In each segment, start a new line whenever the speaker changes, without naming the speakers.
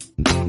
Thank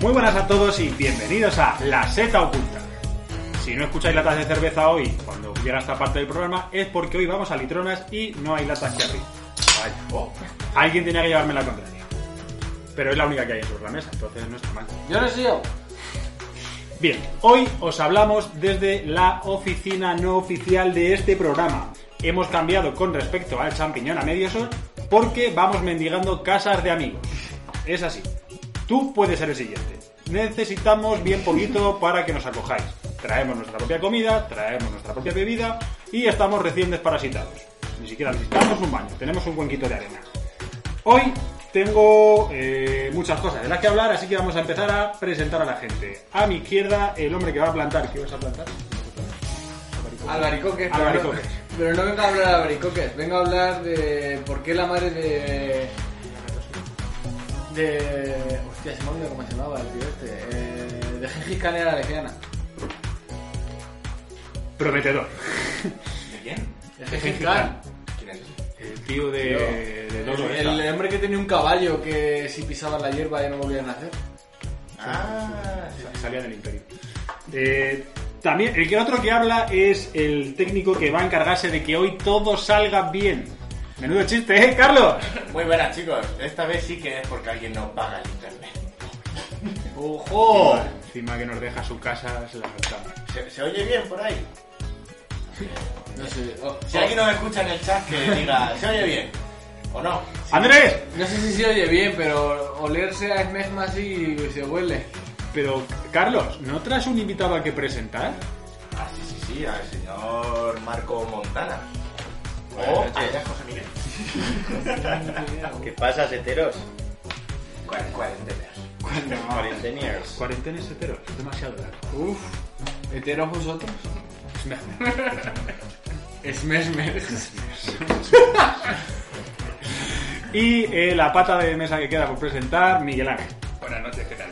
Muy buenas a todos y bienvenidos a La Seta Oculta. Si no escucháis latas de cerveza hoy, cuando llega esta parte del programa, es porque hoy vamos a litronas y no hay latas que abrir. Vaya. Oh. Alguien tenía que llevarme la contraria. Pero es la única que hay sobre la mesa, entonces no está mal.
Yo no he sido.
Bien, hoy os hablamos desde la oficina no oficial de este programa. Hemos cambiado con respecto al champiñón a medio sol porque vamos mendigando casas de amigos. Es así. Tú puedes ser el siguiente. Necesitamos bien poquito para que nos acojáis. Traemos nuestra propia comida, traemos nuestra propia bebida y estamos recién desparasitados. Ni siquiera necesitamos un baño, tenemos un cuenquito de arena. Hoy tengo eh, muchas cosas de las que hablar, así que vamos a empezar a presentar a la gente. A mi izquierda, el hombre que va a plantar. ¿Qué vas a plantar?
Albaricoques. pero
Albaricoques.
no- Pero no vengo a hablar de albaricoques, vengo a hablar de por qué la madre de. De. Hostia, se me olvidó cómo se llamaba el tío este. Eh, de Gengis Khan era lesbiana.
Prometedor.
¿De quién?
De Gengis Khan.
¿Quién es?
El tío de, de
El,
Doro
el
esta.
hombre que tenía un caballo que si pisaban la hierba ya no volvían a nacer.
Ah,
Sa- Salía del imperio. Eh, también, el que otro que habla es el técnico que va a encargarse de que hoy todo salga bien. Menudo chiste, ¿eh, Carlos?
Muy buenas chicos, esta vez sí que es porque alguien no paga el internet.
Oh.
¡Ojo!
Encima que nos deja su casa, se la saltamos.
¿Se, se oye bien por ahí?
No sé. oh,
Si
oh.
alguien nos escucha en el chat que diga, ¿se oye bien? ¿O no?
¡Andrés!
No sé si se oye bien, pero olerse a esmejma así se huele.
Pero, Carlos, ¿no traes un invitado a que presentar?
Ah, sí, sí, sí, al señor Marco Montana.
Buenas
O
noches.
a José Miguel.
¿Qué pasa, heteros?
Cuaren- Cuarentenas.
Cuarenteniers.
Cuarentenes heteros, es demasiado largo.
Uf, heteros vosotros.
Es mejor.
Es mesmer.
Y eh, la pata de mesa que queda por presentar, Miguel Ángel.
Buenas noches, ¿qué tal?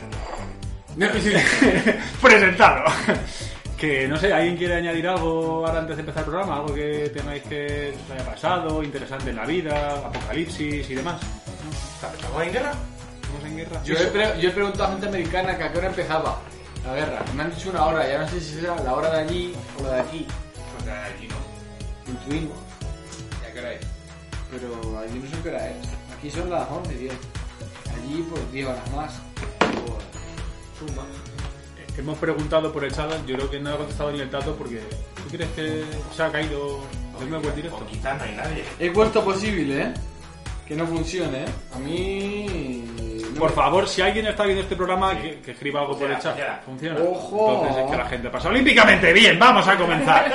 Presentado. Que no sé, ¿alguien quiere añadir algo ahora antes de empezar el programa? ¿Algo que tengáis que os haya pasado, interesante en la vida, apocalipsis y demás?
¿Estamos en guerra?
¿Estamos en guerra?
Yo he, pre- yo he preguntado a gente americana que a qué hora empezaba la guerra. Me han dicho una hora, ya no sé si será la hora de allí o la de aquí.
Pues nada, allí no.
Intuimos.
¿Ya qué hora es?
Pero allí no sé qué hora es. Aquí son las 11 y 10. Allí pues 10 horas más. Suma.
Eh, Hemos preguntado por el chat, yo creo que no ha contestado ni el tato porque... ¿Tú crees que se ha caído de nuevo el
O
directo?
quizás no hay nadie.
He puesto posible, ¿eh? Que no funcione, ¿eh? A mí... no
Por
me-
favor, si alguien está viendo este programa, que, que escriba algo por el chat.
Funciona,
Funciona.
Ojo.
Entonces es que la gente pasa olímpicamente. Bien, vamos a comenzar.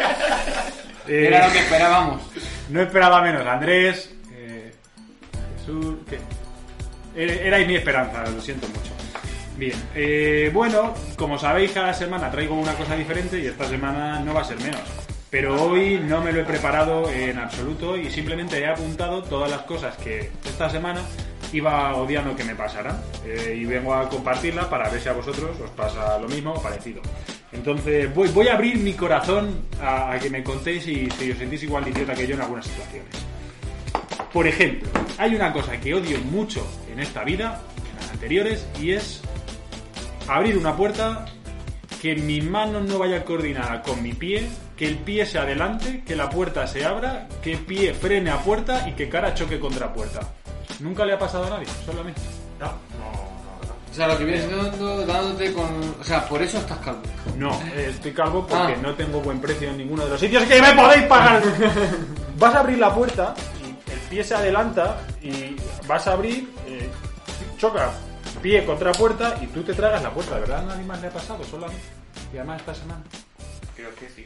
Eh,
Era lo que esperábamos.
No esperaba menos. Andrés, eh, Jesús, que er- erais mi esperanza, lo siento mucho. Bien, eh, bueno, como sabéis, cada semana traigo una cosa diferente y esta semana no va a ser menos. Pero hoy no me lo he preparado en absoluto y simplemente he apuntado todas las cosas que esta semana iba odiando que me pasaran. Eh, y vengo a compartirla para ver si a vosotros os pasa lo mismo o parecido. Entonces voy, voy a abrir mi corazón a, a que me contéis y si os sentís igual de idiota que yo en algunas situaciones. Por ejemplo, hay una cosa que odio mucho en esta vida, en las anteriores, y es abrir una puerta que mi mano no vaya coordinada con mi pie, que el pie se adelante, que la puerta se abra, que pie frene a puerta y que cara choque contra puerta. Nunca le ha pasado a nadie, solo a mí.
No, no, no. no.
O sea, lo que vienes dando- dándote con... O sea, por eso estás calvo.
No, eh, estoy calvo porque
Ah.
no tengo buen precio en ninguno de los sitios que me podéis pagar. vas a abrir la puerta y el pie se adelanta y vas a abrir, eh, choca pie contra puerta y tú te tragas la puerta. De verdad, a nadie más le ha pasado, solo a mí. Y además esta semana.
Creo que sí.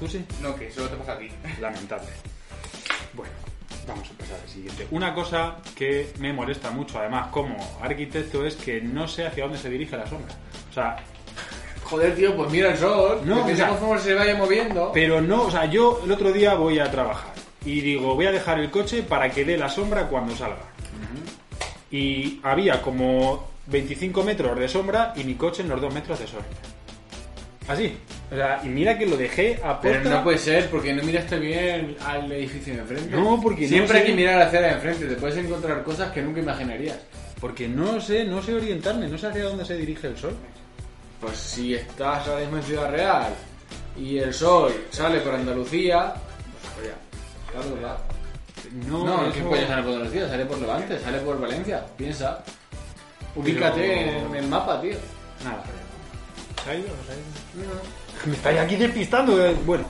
¿Tú sí?
No, que solo te pasa a ti.
Lamentable. Bueno, vamos a empezar el siguiente. Una cosa que me molesta mucho, además, como arquitecto, es que no sé hacia dónde se dirige la sombra. O sea,
Joder, tío, pues mira el sol.
No,
No,
o sea-
pensamos cómo se vaya moviendo.
Pero no, o sea, yo el otro día voy a trabajar y digo, voy a dejar el coche para que dé la sombra cuando salga. Y había como 25 metros de sombra y mi coche en los 2 metros de sol. Así. O sea, y mira que lo dejé a
Pero
posta.
no puede ser, porque no miraste bien al edificio de enfrente.
No, porque no
Siempre hay
sé.
que mirar hacia la de enfrente, te puedes encontrar cosas que nunca imaginarías.
Porque no sé, no sé orientarme, no sé hacia dónde se dirige el sol.
Pues si estás ahora mismo en Ciudad Real y el sol sale por Andalucía, pues allá. Claro, claro.
No,
No,
eso-
¿qué coño sale por Andalucía? Sale por Levante, sale por Valencia. Piensa. Ubícate
Pero-
en el mapa, tío.
Nada. ¿Se ha ido? ¿Se ha ido? Me estáis aquí despistando. eh. Bueno,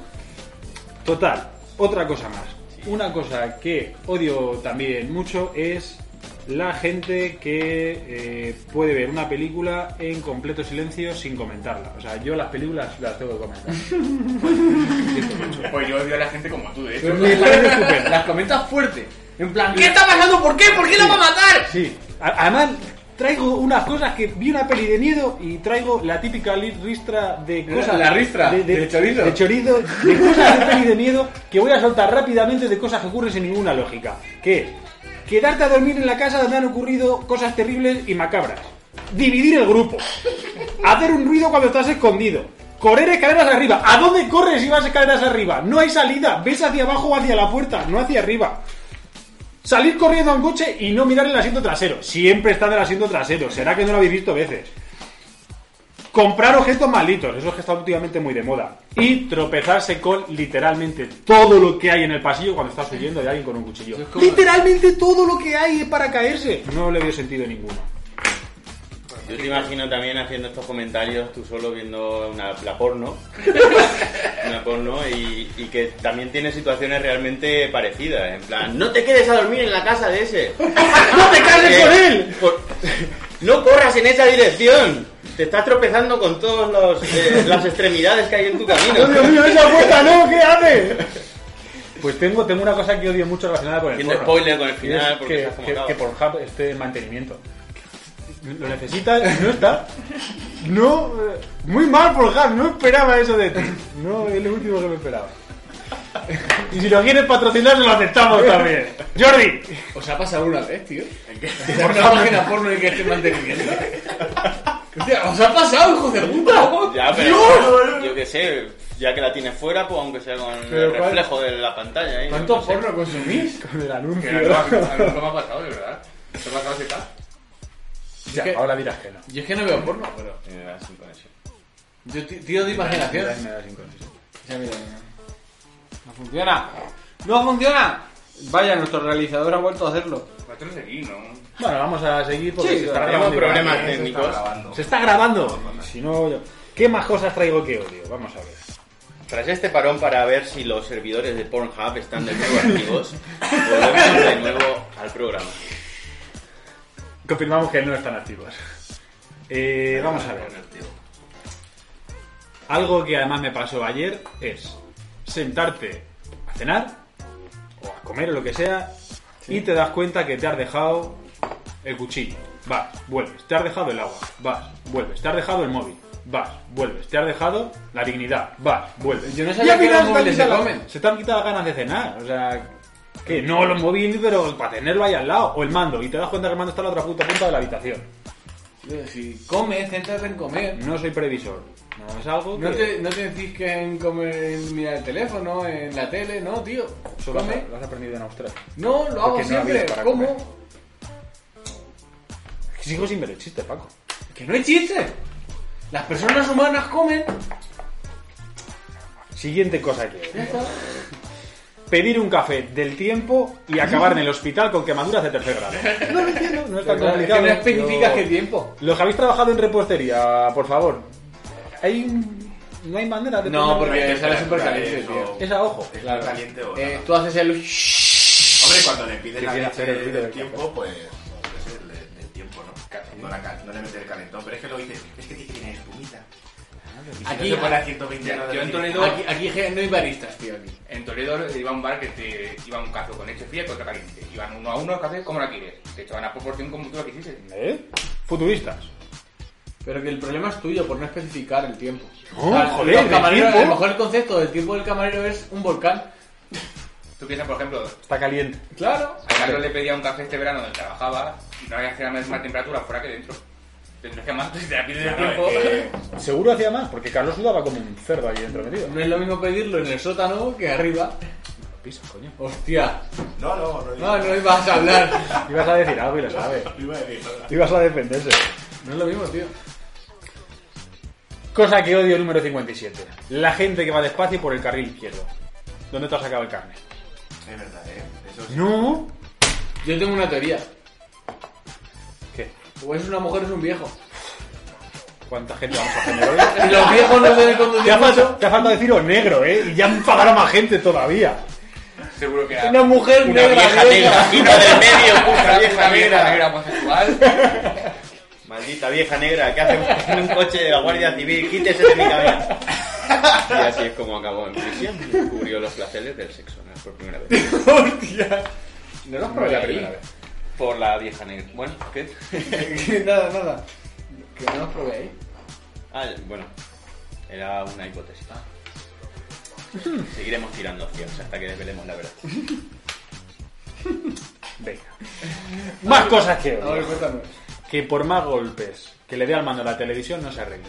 total, otra cosa más. Una cosa que odio también mucho es la gente que eh, puede ver una película en completo silencio sin comentarla. O sea, yo las películas las tengo que comentar.
Pues yo odio a la gente como tú, de hecho.
Pero me parece estupendo. Las comentas fuerte. En plan, ¿qué está pasando? ¿Por qué? ¿Por qué la va a matar?
Sí, A- además traigo unas cosas que vi una peli de miedo y traigo la típica li- ristra de cosas.
la ristra de chorizo.
De chorizo, de cosas de peli de miedo que voy a soltar rápidamente de cosas que ocurren sin ninguna lógica. Que es quedarte a dormir en la casa donde han ocurrido cosas terribles y macabras. Dividir el grupo. Hacer un ruido cuando estás escondido. Correr escaleras arriba. ¿A dónde corres si vas escaleras arriba? No hay salida. Ves hacia abajo o hacia la puerta, no hacia arriba. Salir corriendo a un coche y no mirar el asiento trasero. Siempre está en el asiento trasero. ¿Será que no lo habéis visto veces? Comprar objetos malditos. Eso es que está últimamente muy de moda. Y tropezarse con literalmente todo lo que hay en el pasillo cuando estás huyendo de alguien con un cuchillo.
Eso es como-
Literalmente todo lo que hay es para caerse. No le veo sentido ninguno.
Yo te imagino también haciendo estos comentarios tú solo viendo una, la porno. una porno y, y que también tiene situaciones realmente parecidas. En plan, no te quedes a dormir en la casa de ese.
¡No te cases
Eh,
con él!
por- no corras en esa dirección. Te estás tropezando con todas las extremidades que hay en tu camino.
¡Oh, Dios mío, esa puerta no! ¿Qué haces? Pues tengo, tengo una cosa que odio mucho relacionada con el
Haciendo
porno.
spoiler con el
Y es
final porque
que,
se ha
que,
fumado.
que por hub esté en mantenimiento. Lo necesitas, no está. No, eh, muy mal por hub, no esperaba eso de ti. No, es lo último que me esperaba. Y si lo quieres patrocinar, lo aceptamos también. Jordi,
¿Os ha pasado una vez, tío? ¿Por una página porno en que esté manteniendo? Hostia, ¿Os ha pasado, hijo de puta?
Ya, pero
¡Dios!
yo qué sé, ya que la tienes fuera, pues aunque sea con
Pero
el
cuál-
reflejo de la pantalla. ahí, yo
¿Cuánto
qué sé.
porno consumís?
con el
Que
anuncio.
a mí no- a mí no me ha pasado, de verdad. ¿Te ha pasado Z?
Ya,
Es que-
ahora dirás que no.
Yo es que no veo porno, pero.
Me da sin conexión.
Yo ti- tiro de imaginación.
Me das inconsciente.
Ya, mira, mira. No funciona. ¡No funciona! Vaya, nuestro realizador ha vuelto a hacerlo.
Vosotros seguís, ¿no?
Bueno, vamos a seguir porque
Sí,
se
está
grabando.
problemas
Eso está
técnicos.
grabando.
Se está grabando. Si no, yo- ¿qué más cosas traigo que odio? Vamos a ver.
Tras este parón para ver si los servidores de Pornhub están de nuevo activos, volvemos de nuevo al programa.
Confirmamos que no están activos. Eh, vamos a ver. Algo que además me pasó ayer es sentarte a cenar o a comer o lo que sea y te das cuenta que te has dejado el cuchillo. Vas, vuelves, te has dejado el agua, vas, vuelves, te has dejado el móvil, vas, vuelves, te has dejado la dignidad, vas, vuelves.
Yo no
Y
sabía
al
que
final
los
se te han
móviles se
quitado la-
comen.
Se te han quitado las ganas de cenar, o sea, que no los móviles, pero para tenerlo ahí al lado, o el mando, y te das cuenta que el mando está en la otra puta punta de la habitación.
Tío, Si comes, céntrate en comer.
No soy previsor. No es algo que...
No te, no te decís que en comer, en mirar el teléfono, en la tele, no, tío.
Eso lo has,
Come.
lo has aprendido en Australia.
No, lo hago
Porque no
siempre.
habéis para
¿Cómo?
comer. Sigo sin ver el chiste, Paco.
Que no hay chiste. Las personas humanas comen.
Siguiente cosa que...
Ya está.
Pedir un café del tiempo y acabar en el hospital con quemaduras de tercer grado. No lo entiendo, no es tan
Claro, es
complicado.
que no especificas
Yo-
qué tiempo.
Los que habéis trabajado en repostería, por favor. Hay... un- No hay manera de...
No,
poner-
porque sale súper caliente,
eso.
tío.
Es a ojo.
¿Es
Claro.
caliente o no?
Eh, tú haces el...
Hombre, cuando le pides
Sí,
la
sí,
leche
sí, el ruido
del
del
tiempo, pues... es el de- del tiempo, ¿no? No, la cal- no le metes el calentón, pero es que lo dices, es que tiene espumita. Y si
Aquí-
no se pone a 120
Ya,
grados
yo
de
en Toledo-
Aquí, aquí je- no hay baristas, tío, aquí.
En Toledo iba a un bar que te iba un café con leche fría y con otra caliente. Iban uno a uno, café como la quieres. Te echaban a proporción como tú la quisiste.
¿Eh? Futuristas.
Pero que el problema es tuyo por no especificar el tiempo.
No, Oh, joder,
los
¿el
camareros-
tiempo?
A lo mejor el concepto del tiempo del camarero es un volcán.
Tú piensas, por ejemplo,
Está caliente.
Claro.
a Carlos le pedía un café este verano donde trabajaba y no había que hacer la misma temperatura fuera que dentro. Tendrías que amarte si te la pides de tiempo.
Seguro hacía más, porque Carlos sudaba como un cerdo ahí dentro metido.
No es lo mismo pedirlo en el sótano que arriba.
pisas, coño.
Hostia.
No, no, no.
No, no ibas a hablar.
Ibas a decir algo y lo sabes.
iba a decir nada.
Ibas a defenderse.
No es lo mismo, tío.
Cosa que odio número 57. La gente que va despacio por el carril izquierdo. ¿Dónde te has sacado el carne?
Es verdad, ¿eh? Eso sí.
No.
Yo tengo una teoría.
¿Qué?
O es una mujer o es un viejo.
¿Cuánta gente vamos a tener hoy?
Y los viejos no deben
Te
conducir
ha,
mucho.
faltado, te ha faltado decir o negro, ¿eh? Y ya han pagado más gente todavía.
Seguro que era
Una mujer
Una
negra.
vieja negra, quita del medio, puta vieja negra.
homosexual.
Maldita vieja negra, ¿qué hace en un coche de la Guardia Civil? Quítese de mi cabeza. Y así es como acabó en prisión. Descubrió los placeres del sexo anal por primera vez.
Hostia. No los
Por
probé
la
ahí.
primera vez. Por la vieja negra. Bueno, ¿qué?
Que nada, nada. Que no los probé ahí.
Ah, bueno. Era una hipótesis.
Ah.
Seguiremos tirando opciones hasta que desvelemos la verdad.
Venga. Más cosas que
A ver,
odio.
cuéntanos.
Que por más golpes que le dé al mando a la televisión no se arregla.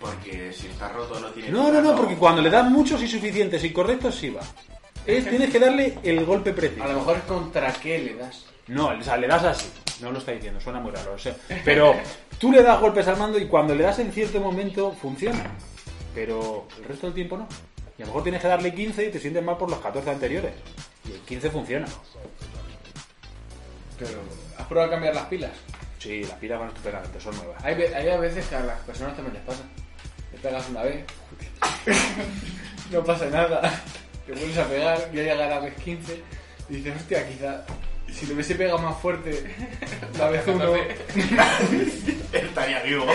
Porque si está roto no tiene.
No,
nada,
no, no, porque cuando le dan muchos y suficientes y correctos sí va. Es- tienes que darle el golpe preciso.
A lo mejor es contra qué le das.
No, o sea, le das así. No lo está diciendo, suena muy raro. O sea, pero tú le das golpes al mando y cuando le das en cierto momento funciona. Pero el resto del tiempo no. Y a lo mejor tienes que darle 15 y te sientes mal por los 14 anteriores. Y el 15 funciona.
Pero, ¿has probado a cambiar las pilas?
Sí, las pilas van estupendamente, son nuevas.
Hay, ve- hay a veces que a las personas también les pasa. Te pegas una vez, no pasa nada. Te vuelves a pegar, ya llega la vez 15. Y dices, hostia, quizá si lo hubiese pegado más fuerte la vez uno.
Estaría vivo.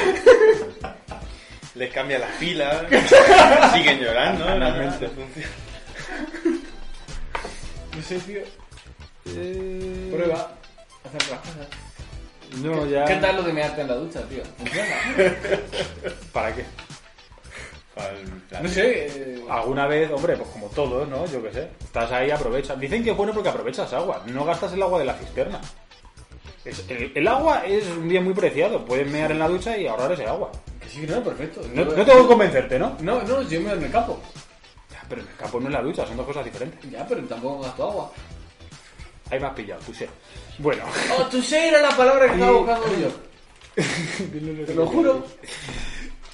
Les cambia las pilas. siguen llorando.
Realmente.
No sé, tío.
Eh,
Prueba. Hacer otras cosas.
No,
¿Qué-
ya.
¿Qué tal lo de mearte en la ducha, tío? ¿Funciona?
¿Para qué?
No sé. eh,
Alguna vez, hombre, pues como todos, ¿no? Yo qué sé. Estás ahí, aprovechas. Dicen que es bueno porque aprovechas agua. No gastas el agua de la cisterna. Es- el, el agua es un bien muy preciado. Puedes mear en la ducha y ahorrar ese agua.
que sí, que no, perfecto.
No, no tengo que convencerte, ¿no?
No, no, yo me, me capo.
Ya, Pero el escapo no es la ducha, son dos cosas diferentes.
Ya, pero tampoco gasto agua.
Ahí me has pillado, tú sé. Bueno.
Oh, tu sé era la palabra que estaba buscando yo. Te lo juro.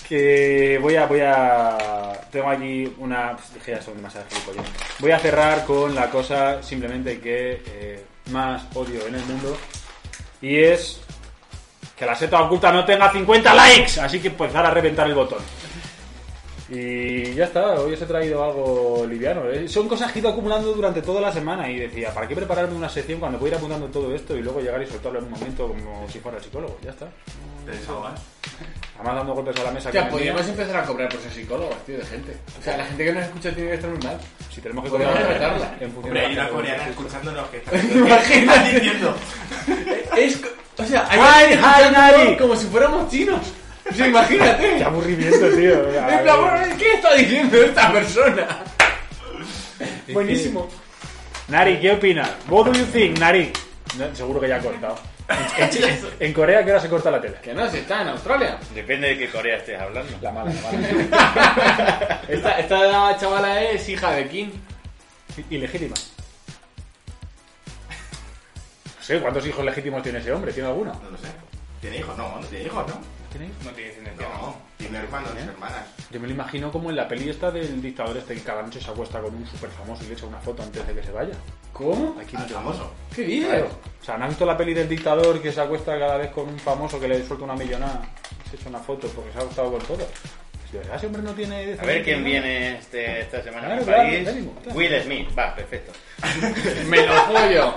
Que voy a, voy a. Tengo aquí una. pf, que ya son demasiadas gilipollas. Voy a cerrar con la cosa simplemente que eh, más odio en el mundo. Y es. Que la seta oculta no tenga 50 likes. Así que empezar a reventar el botón. Y ya está, hoy os he traído algo liviano. ¿eh? Son cosas que he ido acumulando durante toda la semana y decía, ¿para qué prepararme una sección cuando puedo ir apuntando todo esto y luego llegar y soltarlo en un momento como si fuera el psicólogo? Ya está.
Te desahogas.
Además dando golpes a la mesa.
Hostia,
con el
podríamos
día.
empezar a cobrar por ser psicólogos, tío, de gente. O sea, la gente que nos escucha tiene que estar muy mal.
Si tenemos que
Podríamos
cobrar
retarla.
en función
Hombre, hay
de la
una
categoría.
coreana escuchándonos que está.
Imagínate.
¿Qué diciendo?
Es, o sea, hay
¡Ay,
gente
ay,
escuchando
Nari!
como si fuéramos chinos. O sea, imagínate.
Qué aburrimiento, tío.
En plan, bueno, ¿qué está diciendo esta persona? Buenísimo.
Nari, ¿qué opinas? What do you think, Nari? No, seguro que ya ha cortado. En, en- en Corea, ¿qué hora se corta la tele?
Que no, si está en Australia.
Depende de qué Corea estés hablando.
La mala, la mala.
Esta, esta chavala es hija de King.
Ilegítima. No sé, ¿cuántos hijos legítimos tiene ese hombre? ¿Tiene alguno?
No lo sé. ¿Tiene hijos? No, no tiene hijos, ¿no?
No tiene descendencia,
No, tiene hermanos, tiene hermanas.
Yo me lo imagino como en la peli esta del dictador este que cada noche se acuesta con un super famoso y le echa una foto antes de que se vaya.
¿Cómo?
Aquí no
¿Quién
te
Ah, famoso?
¿Qué dices?
Claro. O sea, ¿no has visto la peli del dictador que se acuesta cada vez con un famoso que le suelta una millonada? Se echa una foto porque se ha acostado con todo. Si de verdad ese hombre no tiene...
A ver quién viene este- esta semana
Claro,
a
claro,
París.
ánimo, claro.
Will Smith. Va, perfecto.
Me lo follo.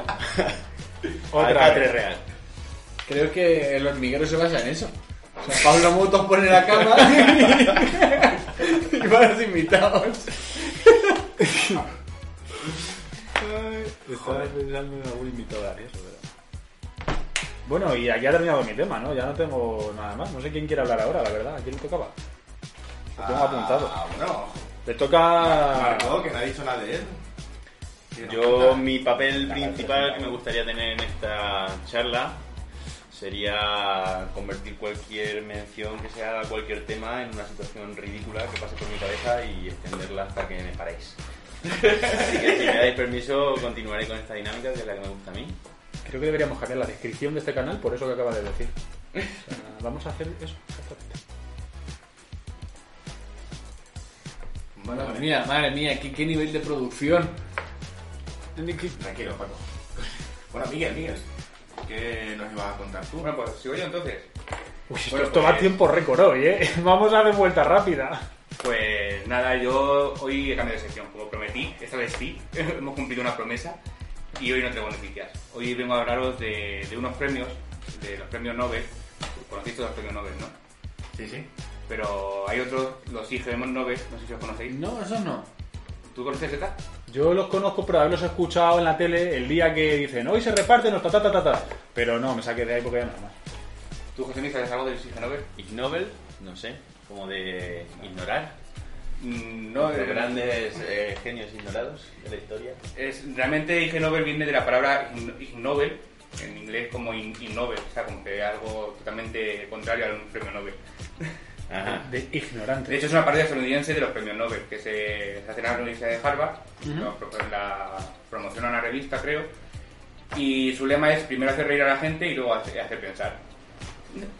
Otra
Alcatre
vez.
Real.
Creo que el hormiguero se basa en eso. O sea, Pablo Motos pone la cama y van los invitados.
Estaba pensando en algún invitado de Arias, Bueno, y aquí ha terminado mi tema, ¿no? Ya no tengo nada más. No sé quién quiere hablar ahora, la verdad. ¿A quién le tocaba? Lo tengo apuntado.
Ah, bueno.
Le toca...
Marco, que no ha dicho nada de él. Que no
Yo,
cuenta.
mi papel principal que me gustaría tener en esta charla sería convertir cualquier mención que sea a cualquier tema en una situación ridícula que pase por mi cabeza y extenderla hasta que me paréis. Así que si me dais permiso, continuaré con esta dinámica que es la que me gusta a mí.
Creo que deberíamos cambiar la descripción de este canal por eso que acaba de decir. O sea, vamos a hacer eso. exactamente. Madre mía, madre mía, qué, qué nivel de producción.
Tranquilo, Paco. Bueno, Miguel, Miguel, ¿qué nos ibas a contar tú?
Bueno, pues sigo yo entonces.
Uy, esto,
Bueno,
esto va a
pues-
tiempo récord hoy, ¿eh? Vamos a dar vuelta rápida.
Pues nada, yo hoy he cambiado de sección, como prometí, esta vez sí, hemos cumplido una promesa y hoy no traigo noticias. Hoy vengo a hablaros de, de unos premios, de los premios Nobel, conocéis todos los premios Nobel, ¿no?
Sí, sí.
Pero hay otros, los IG Nobel, no sé si los conocéis.
No, eso no.
¿Tú conoces esta?
Yo los conozco por haberlos escuchado en la tele el día que dicen hoy se reparten los ta ta ta ta, ta". Pero no, me saqué de ahí porque ya nada más.
¿Tú, José Luis, sabes algo del IG Nobel?
Ignobel, no sé, como de ignorar.
Mm,
No,
No, eh,
grandes eh, genios ignorados de la historia.
Es, realmente IG Nobel viene de la palabra ign- ignoble, en inglés como in- ignoble, o sea, como que algo totalmente contrario a un premio Nobel.
Ajá.
De
De
ignorante.
hecho, es una partida estadounidense de los premios Nobel que se hacen a la Universidad de Harvard, lo pro- la promociona una revista, creo, y su lema es primero hacer reír a la gente y luego hace- hacer pensar.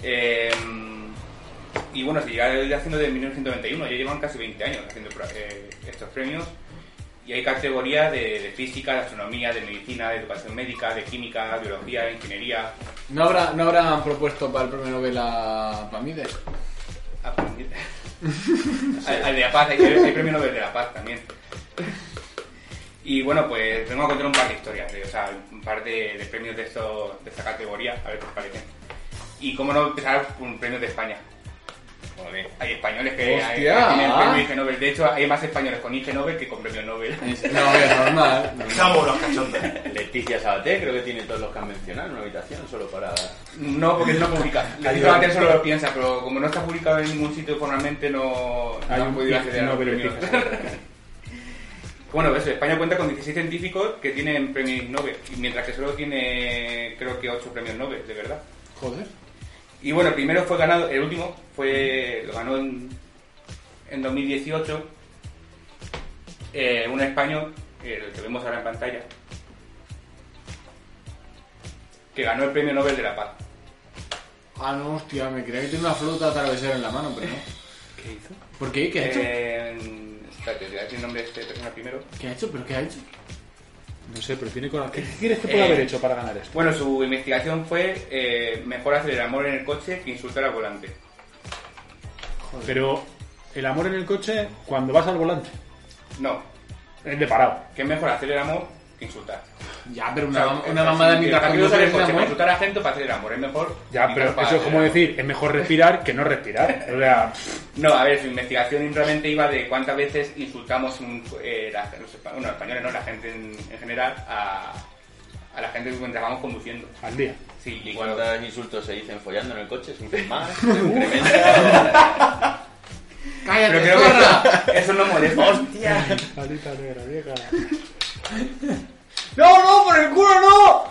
Eh, y bueno, se lleva haciendo desde 1991, ya llevan casi 20 años haciendo pro- eh, estos premios. Y hay categorías de, de física, de astronomía, de medicina, de educación médica, de química, biología, de ingeniería.
¿No, habrá, ¿No habrán propuesto para el premio Nobel a Pamides?
Aprendí- al, al de la paz, hay, hay premio Nobel de la paz también. Y bueno, pues vengo a contar un par de historias, de- o sea, un par de, de premios de, esto, de esta categoría, a ver qué os parecen. Y cómo no empezar con un premio de España.
Joder.
Hay españoles que,
¡Hostia!
hay- que tienen premio IG Nobel. De hecho, hay más españoles con IG Nobel que con premio Nobel.
No, es normal.
Estamos los cachondos.
Leticia Sabaté creo que tiene todos los que han mencionado en una habitación solo para...
No, porque no publica. La
Ayuda.
gente solo lo piensa, pero como no está publicado en ningún sitio formalmente, no, no
Hay
han
un
podido acceder a los
Nobel
premios. Bueno, eso, España cuenta con 16 científicos que tienen premios Nobel, y mientras que solo tiene creo que 8 premios Nobel, de verdad.
Joder.
Y bueno, el primero fue ganado, el último fue lo ganó en, en 2018 eh, un español, el que vemos ahora en pantalla, que ganó el premio Nobel de la Paz.
Ah, no, hostia, me creía que tenía una flota atravesera en la mano, pero no.
¿Qué hizo?
¿Por qué? ¿Qué ha hecho?
Eh, espérate, te voy a decir el nombre de este persona primero.
¿Qué ha hecho? ¿Pero qué ha hecho? No sé, pero tiene corazón. ¿Qué crees que puede
Eh,
haber hecho para ganar esto?
Bueno, su investigación fue eh, mejor hacer el amor en el coche que insultar al volante.
Pero el amor en el coche cuando vas al volante.
No,
Es de parado.
que es mejor hacer el amor que insultar.
Ya, pero
O
una,
sea,
mam-
es
una
así,
mamada
que
mientras
¿para qué
conduces
usar el
es
coche?
amor.
Para insultar a la gente o para hacer el amor, es mejor.
Ya,
gritar
pero
para
eso es
hacer
como
el amor.
decir, es mejor respirar que no respirar. O sea,
No, a ver, su investigación realmente iba de cuántas veces insultamos un, eh, la- los, espa- bueno, los españoles, no, la gente en, en general, a, a la gente mientras vamos conduciendo.
al día.
Sí,
¿Y
cuando-
cuántos insultos se dicen follando en el coche? ¿Se dicen más? ¿Se incrementa?
Pero
¡Cállate,
creo que eso, eso no molesta.
Palita negra, vieja.
¡No, no, por el culo no!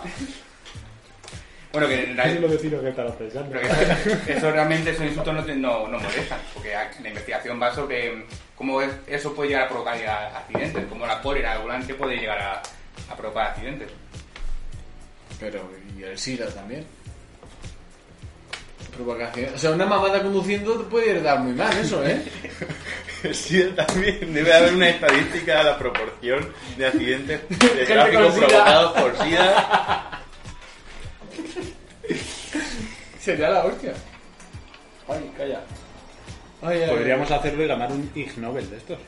Bueno, que en realidad-
los vecinos que están pensando.
Pero que eso, eso realmente, esos insultos no, te- no, no molestan, porque la investigación va sobre cómo es- eso puede llegar a provocar ya accidentes, cómo la cólera el volante puede llegar a, a provocar accidentes.
Pero, y el SIDA también. Provocación. O sea, una mamada conduciendo te puede dar muy mal, eso, ¿eh?
Sí, también debe haber una estadística a la proporción de accidentes de
Gente
tráfico
con sida.
provocados por SIDA.
Sería la hostia. Ay, calla. Ay, ay,
Podríamos hacerlo y ganar un Ig Nobel de estos.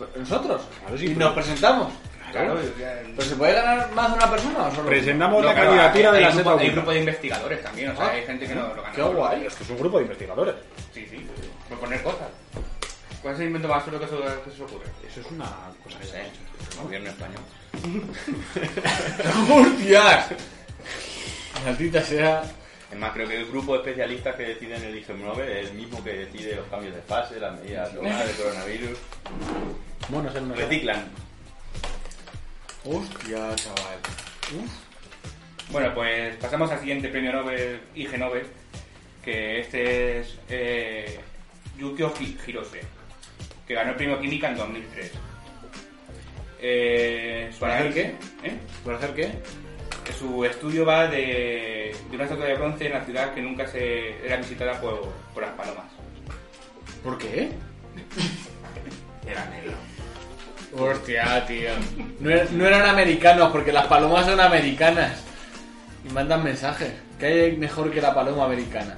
ay. ¿Nosotros?
Claro, sí,
y
pero-
nos presentamos.
Claro, ya-
¿Pero se puede ganar más de una persona o solo? uno?
Presentamos
no,
la
claro,
candidatura de
hay- hay
la
grupo-
seta
Hay
oculta.
un grupo de investigadores también, o sea, hay gente que no lo gana.
Qué guay.
Esto es un grupo de investigadores.
Sí, sí, proponer cosas. ¿Cuál es el invento más solo que se, que se os ocurre?
Eso es una cosa que se ha hecho.
Gobierno español.
¡Hostias! Maldita sea.
Es más, creo que el grupo de especialistas que deciden el IG Nobel es el mismo que decide los cambios de fase, las medidas globales del coronavirus.
Monos en una
Reciclan.
Hostia, chaval.
Bueno, pues pasamos al siguiente premio Nobel, IG Nobel, que este es eh, Yukio Hi- Hirose, que ganó el premio Química en 2003. Eh, su
¿Para hacer
análisis- ¿Eh?
¿Por hacer qué?
Su estudio va de, de una estatua de bronce en la ciudad que nunca se era visitada por, por las palomas.
¿Por qué?
Era negro.
Hostia, tío. No, er- no eran americanos, porque las palomas son americanas. Y mandan mensajes. ¿Qué hay mejor que la paloma americana?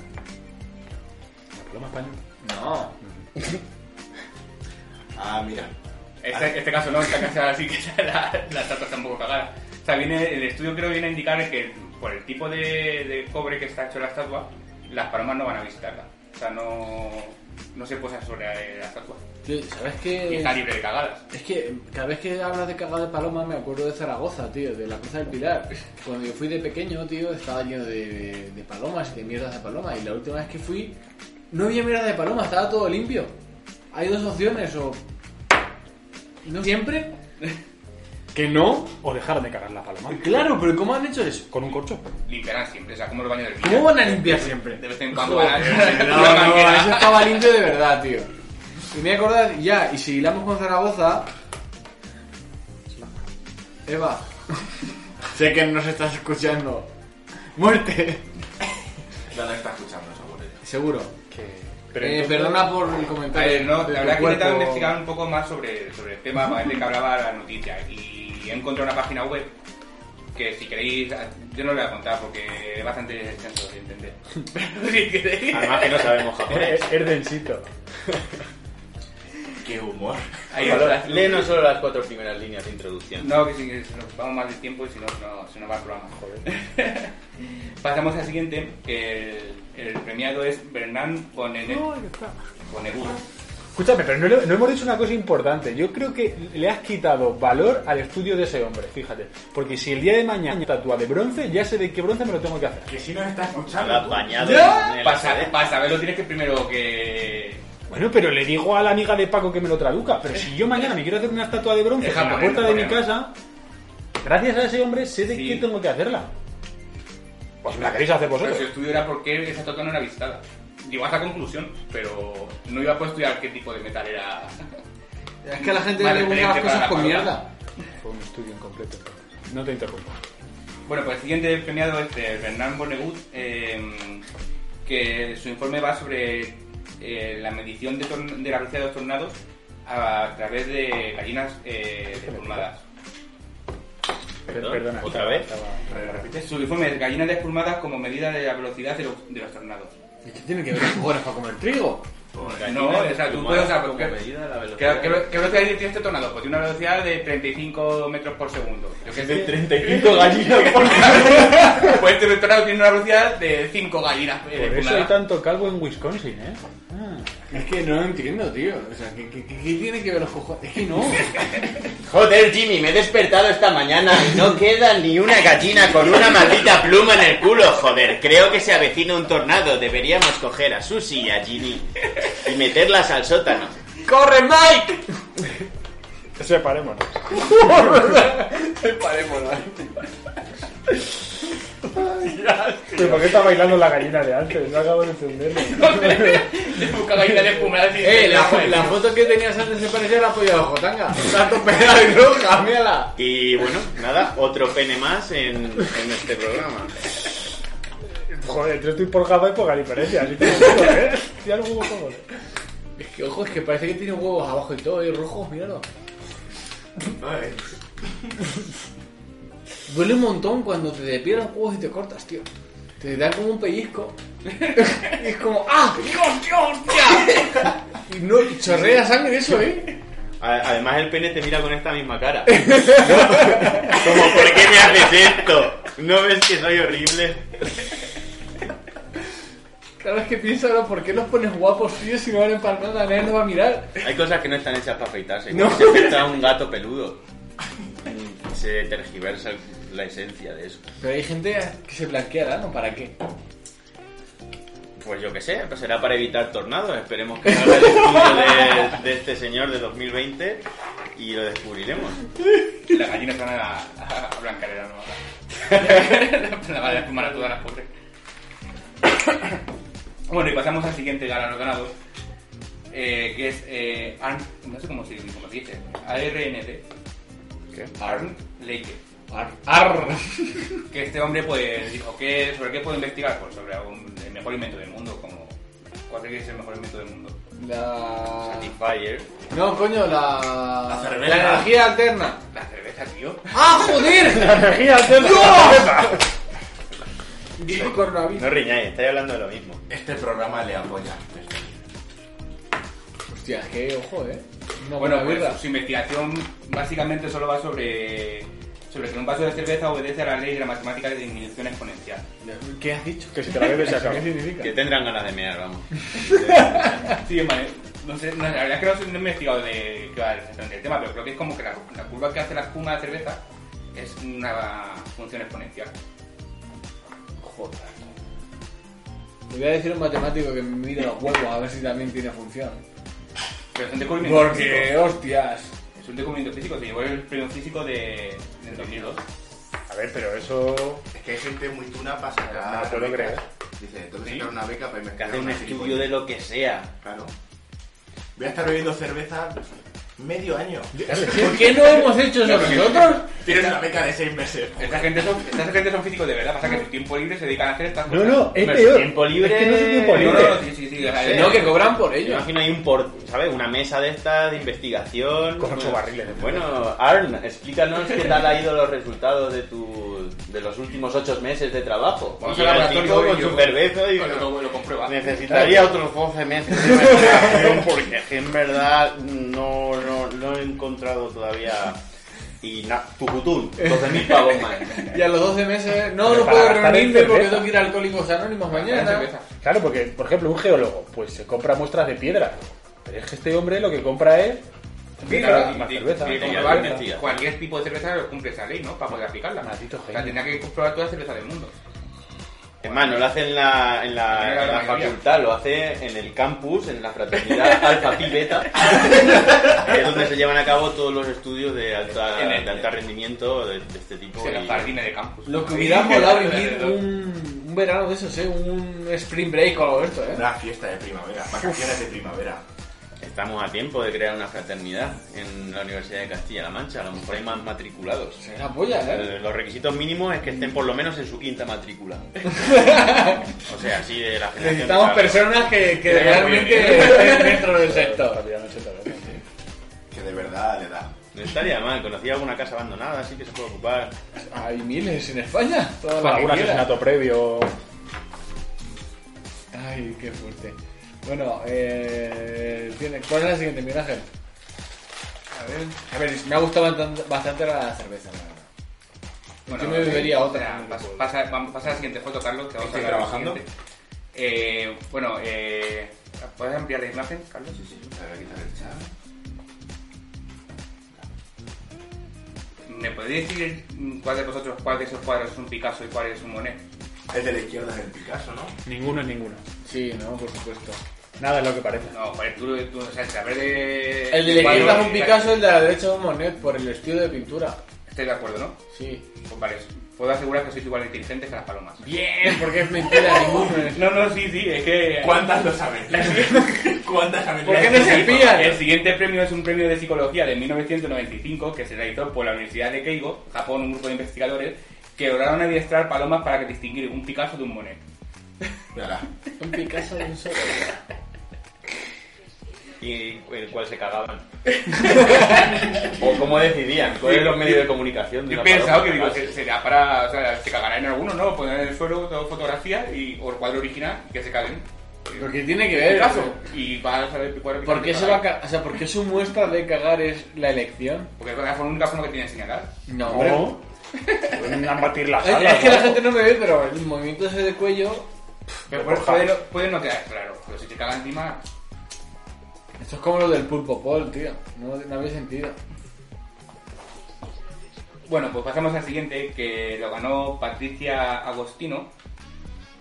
¿La paloma española?
No.
Ah, mira.
Este, este caso no, esta casa sí que la, la estatua está un poco cagada. O sea, viene, el estudio creo que viene a indicar que por el tipo de, de cobre que está hecho la estatua, las palomas no van a visitarla. O sea, no, no se posan sobre la estatua.
Tío, ¿sabes
Y está
qué?
libre de cagadas.
Es que cada vez que hablas de cagado de paloma me acuerdo de Zaragoza, tío, de la Plaza del Pilar. Cuando yo fui de pequeño, tío, estaba lleno de, de- de palomas y de mierdas de palomas. Y la última vez que fui, no había mierda de paloma, estaba todo limpio. Hay dos opciones, o... ¿No siempre? ¿Que no?
O dejar de cagar la paloma.
Claro, pero ¿cómo han hecho eso?
Con un corcho.
Limpiarán siempre, o sea, como los baños del Villar.
¿Cómo van a limpiar siempre?
De vez en cuando
Joder,
van a-
no,
una
no,
manguera.
eso estaba limpio de verdad, tío. Y me acordar ya, y si hilamos con Zaragoza. Eva, sé que nos estás escuchando. ¡Muerte!
No no está escuchando, seguro.
Seguro.
Pero
Eh,
entonces-
perdona por el
A
comentario.
ver, no,
de
la
tu
verdad que he intentado
cuerpo.
investigar un poco más sobre, sobre el tema de que hablaba la noticia y he encontrado una página web que si queréis, ah, yo no la voy a contar porque es bastante extenso de entender. Pero si queréis,
Además que no sabemos japonés.
Es, es densito.
Qué humor.
ahí os la-
Léenos solo las cuatro primeras líneas de introducción.
No, que si que si nos vamos mal de tiempo y si no, no- se nos va el programa. Joder. Pasamos al siguiente, que el, el premiado es Bernán Bonegú.
Escúchame, pero no, le- no hemos dicho una cosa importante. Yo creo que le has quitado valor al estudio de ese hombre, fíjate. Porque si el día de mañana tatúa de bronce, ya sé de qué bronce me lo tengo que hacer.
Que si nos está
Habla
escuchando. tú.
bañado en el
Pasa,
¿eh?
ajedrez.
pasa, verlo tienes que primero que...
Bueno, pero le digo a la amiga de Paco que me lo traduzca. Pero si yo mañana me quiero hacer una estatua de bronce
Es
en la
japonés,
puerta de mi
japonés.
casa, gracias a ese hombre sé de
Sí.
qué tengo que hacerla. Pues me la queréis hacer
Pero
vosotros.
su estudio era por qué esa estatua no era visitada. Llegó a esa conclusión, pero no iba a poder estudiar qué tipo de metal era.
Es que a la gente
Vale,
le gustan las
frente para
cosas
la
con
paloma.
mierda.
Fue un estudio incompleto. No te interrumpo.
Bueno, pues el siguiente premiado este, es de Bernard Bonnegut, eh, que su informe va sobre eh, la medición de, torn- de la velocidad de los tornados a través de gallinas eh, desplumadas.
Perdón,
Perdona.
¿Otra vez?
Su informe es gallinas desplumadas como medida de la velocidad de los, de los tornados.
¿Y qué tiene que ver los cojones para comer trigo?
No, o sea, tú puedes... o sea, porque- ¿Qué, qué,
que
qué velocidad tiene este tornado? Pues tiene una velocidad de 35 metros por segundo. Yo qué sé.
de 35 gallinas por
Pues este tornado tiene una velocidad de 5 gallinas. eh,
Por eso
fecundadas.
hay tanto calvo en Wisconsin, ¿eh?
Es que no lo entiendo, tío. O sea, ¿qué, qué- qué- qué tiene que ver los cojones? Es que no.
Joder, Jimmy, me he despertado esta mañana y no queda ni una gallina con una maldita pluma en el culo. Joder, creo que se avecina un tornado. Deberíamos coger a Susi y a Jimmy y meterlas al sótano.
¡Corre, Mike!
Separémonos. ¿Pero por qué está bailando la gallina de antes? No acabo de entenderlo.
Le busca gallinas desplumadas y...
Eh, la, fo- la foto que tenías antes se parecía a la polla de Jotanga. Tanto pegada y roja, mírala.
Y bueno, nada, otro pene más en, en este programa.
Joder, yo estoy por Java y por la diferencia. Así que, ¿eh? Ya lo hubo como.
Es que ojo, es que parece que tiene huevos abajo y todo, y rojos, míralo.
Ay,
Duele un montón cuando te depielan huevos y te cortas, tío. Te dan como un pellizco. y es como, ¡ah! ¡Dios, Dios, Dios! y no, y chorrea sangre eso, ¿eh?
A- Además, el pene te mira con esta misma cara. Como, ¿por qué me haces esto? ¿No ves que soy horrible?
Claro, es que piénsalo, ¿por qué los pones guapos, tío, si no valen para nada? Nadie nos va a mirar.
Hay cosas que no están hechas para afeitarse.
No.
No. Se afeita un gato peludo. Se tergiversa la esencia de eso.
Pero hay gente que se blanquea, ¿no? ¿Para qué?
Pues yo qué sé, pues será para evitar tornados. Esperemos que salga el estudio de, de este señor de 2020 y lo descubriremos.
Las gallinas van a, a, a blancar el arma. la van a fumar a todas las pobres. Bueno, y pasamos al siguiente ganador ganador, eh, que es eh, Arn- no sé cómo se, cómo se dice, ARNT, Laker, Arn Laker.
Ar- Ar.
Que este hombre pues dijo, ¿qué, ¿sobre qué puedo investigar? Pues sobre algún- el mejor invento del mundo, como... ¿Cuál creéis que es el mejor invento del mundo?
La...
Satisfyer.
No, coño, la...
La cerveza.
La energía alterna.
La cerveza, tío.
¡Ah, joder! La energía alterna. ¡Dios! Y coronavirus.
No riñáis, estáis hablando de lo mismo.
Este programa le apoya.
Hostia, que ojo, eh. Una
Bueno,
buena
pues
birra.
su investigación básicamente solo va sobre, sobre que un vaso de cerveza obedece a la ley de la matemática de disminución exponencial.
¿Qué has dicho?
Que si te la bebes se acaba.
¿Qué significa?
Que tendrán ganas de mear, vamos.
Sí, ma- no sé, no, la verdad es que no, sé- no he investigado de qué va exactamente el tema, pero creo que es como que la, la curva que hace la espuma de cerveza es una función exponencial.
Joder. Le voy a decir a un matemático que me mire los huevos a ver si también tiene función.
Pero es un descubrimiento
Porque,
físico.
hostias.
Es un descubrimiento físico, se llevó el premio físico de, del 2002.
A ver, pero eso.
Es que hay gente muy tuna para sacar.
No me puedo
becas.
creer.
Dice, tengo que
Sí.
sacar una beca para
Que
investigar.
hace un
una
estudio
gilipollez.
de lo que sea.
Claro. Voy a estar bebiendo cerveza medio año.
¿Por qué no hemos hecho eso
No, porque-
nosotros?
Tienes una beca de seis meses.
Esta gente, son, esta gente son físicos de verdad, pasa que en su tiempo libre se dedican a hacer estas
No,
cosas.
no, es
Hombre,
peor.
tiempo libre-
Es que no es tiempo
No,
libre.
no, no, sí, sí, sí, o sea,
No, que cobran por
Yo
ello.
imagino hay un por, ¿sabes? Una mesa de estas de investigación.
Con ocho barriles de
Bueno, Arn, explícanos qué tal ha ido los resultados de tu, de los últimos ocho meses de trabajo.
Vamos
Y
al
el
laboratorio
tipo
hoy,
con
yo-
su cerveza y
lo, lo- lo comprueba.
necesitaría otros 12 meses de investigación porque en verdad no, no, no he encontrado todavía y na, tucutún, 12.000 pavos más.
Y a los 12 meses, eh, no,
Pero
no
para
puedo
gastar en
reunirme porque
cerveza.
tengo que ir a Alcohólicos Anónimos
Para la
mañana.
cerveza.
Claro, porque, por ejemplo, un geólogo, pues se compra muestras de piedra. Pero es que este hombre lo que compra es. birra,
Claro,
más
y- y-
cerveza.
y- y-
más
y-
barra.
cualquier- Cualquier tipo de cerveza cumple esa ley, ¿no? Para poder aplicarla.
Maldito
o sea,
genio.
tenía que comprobar toda la cerveza del mundo.
Es más, no lo hace en la, en la, en la facultad, lo hace en el campus, en la fraternidad Alfa Pi Beta, que es donde se llevan a cabo todos los estudios de, alta,
En el-
de alta rendimiento de, de este tipo.
en
y-
los jardines de campus.
Lo que
Sí.
hubiera molado vivir
Alrededor.
un, un verano de esos, ¿eh? Un spring break o algo de esto, ¿eh?
Una fiesta de primavera, vacaciones de primavera.
Estamos a tiempo de crear una fraternidad en la Universidad de Castilla-La Mancha, a lo mejor hay más matriculados.
Es una polla, ¿eh?
Eh, Los requisitos mínimos es que estén por lo menos en su quinta matrícula. o sea, así de la generación.
Necesitamos
de-
personas que, que
Que vaya muy
realmente
bien.
estén dentro del sector.
Que de verdad le da.
No estaría mal, conocía alguna casa abandonada, así que se puede ocupar.
Hay miles en España. Toda
Para
la
algún
que quieras.
asesinato previo.
Ay, qué fuerte. Bueno, eh, tiene- ¿cuál es la siguiente, Miguel Ángel? A ver, a ver, me ha gustado bastante, bastante la cerveza, la verdad.
Bueno,
Yo me bebería
eh,
otra.
Pasa, pasa- vamos, pasa a la siguiente foto, Carlos, que vamos a
¿Estoy
hablar de la
trabajando?
siguiente. Eh, bueno, eh, ¿puedes ampliar la imagen, Carlos?
Sí, sí, te voy a quitar el chat.
¿Me podéis decir mm, cuál de vosotros, cuál de esos cuadros es un Picasso y cuál es un Monet?
El de la izquierda es el Picasso, ¿no?
Ninguno es ninguno.
Sí, no, por supuesto.
Nada es lo que parece.
No, joder, tú, tú o sea, el saber de...
El de la
cuadros-
izquierda es un Picasso, el de la derecha es un Monet por el estilo de pintura.
Estoy de acuerdo, ¿no?
Sí.
Pues vale, puedo asegurar que sois igual de inteligentes que las palomas.
Bien, porque es mentira ninguno.
No, no, sí, sí, es que...
¿Cuántas lo saben? ¿Cuántas saben?
¿Por
La
qué no se
siguiente.
espían?
El siguiente premio es un premio de psicología de 1995 que se realizó por la Universidad de Keigo, Japón, un grupo de investigadores que lograron adiestrar palomas para que distinguir un Picasso de un Monet.
Mírala.
Un Picasso de un solo.
y el cual se cagaban. o cómo decidían, cuáles eran los medios de comunicación. de
Yo he
una
pensado
paloma?
que digo, se- será para. O sea, se cagará en alguno, ¿no? Poner en el suelo dos fotografías y, o el cuadro original y que se caguen.
¿Pero qué tiene que ver?
Picasso. Y va a saber cuál
¿Por qué, se va a ca- o sea, ¿Por qué su muestra de cagar es la elección?
Porque es la única forma que tiene de señalar.
No, hombre.
No. Pueden ambatir la
Es,
sala.
es que la
¿no?
gente no me ve, pero el movimiento ese de cuello
Pero puede, puede- puede no quedar claro, pero si te caga encima.
Esto es como lo del pulpo Paul, tío. No, no había sentido.
Bueno, pues pasamos al siguiente, que lo ganó Patricia Agostino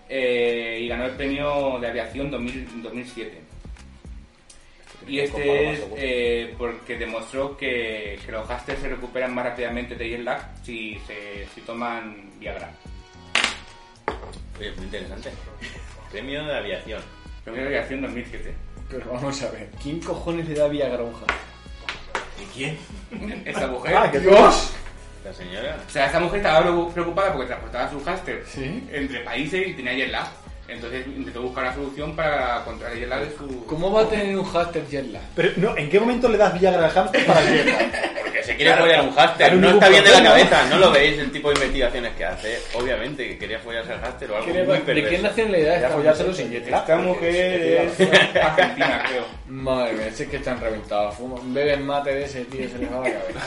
eh, y ganó el premio de aviación 2000 2007. Y este es eh, porque demostró que, que los hashtags se recuperan más rápidamente de jet lag si, se, si toman Viagra.
Oye, muy interesante. Premio de aviación.
Premio de aviación 2007.
Pero vamos a ver, ¿quién cojones le da Viagra a un hack?
¿Y quién?
Esta mujer.
¡Ah, Dios!
La señora.
O sea, esta mujer estaba preo- preocupada porque transportaba su hámster
Sí.
entre países y tenía jet lag. Entonces intentó buscar una solución para controlar el jet lag de su...
¿Cómo va a tener un hashtag Yella?
Pero, no, ¿en qué momento le das Villagra al hámster para que llega?
Porque se quiere follar a un hámster.
claro,
No
ningún
está bien de la
problema.
cabeza. No lo veis el tipo de investigaciones que hace. Obviamente que quería follarse al hámster o algo muy
¿De qué
perverso.
nacionalidad
Ya
esta
follárselo
mujer?
sin yetla.
Esta mujer es.
Argentina, creo.
Madre mía, ese es que están reventados. Fuman, beben mate de ese tío, se les va la cabeza.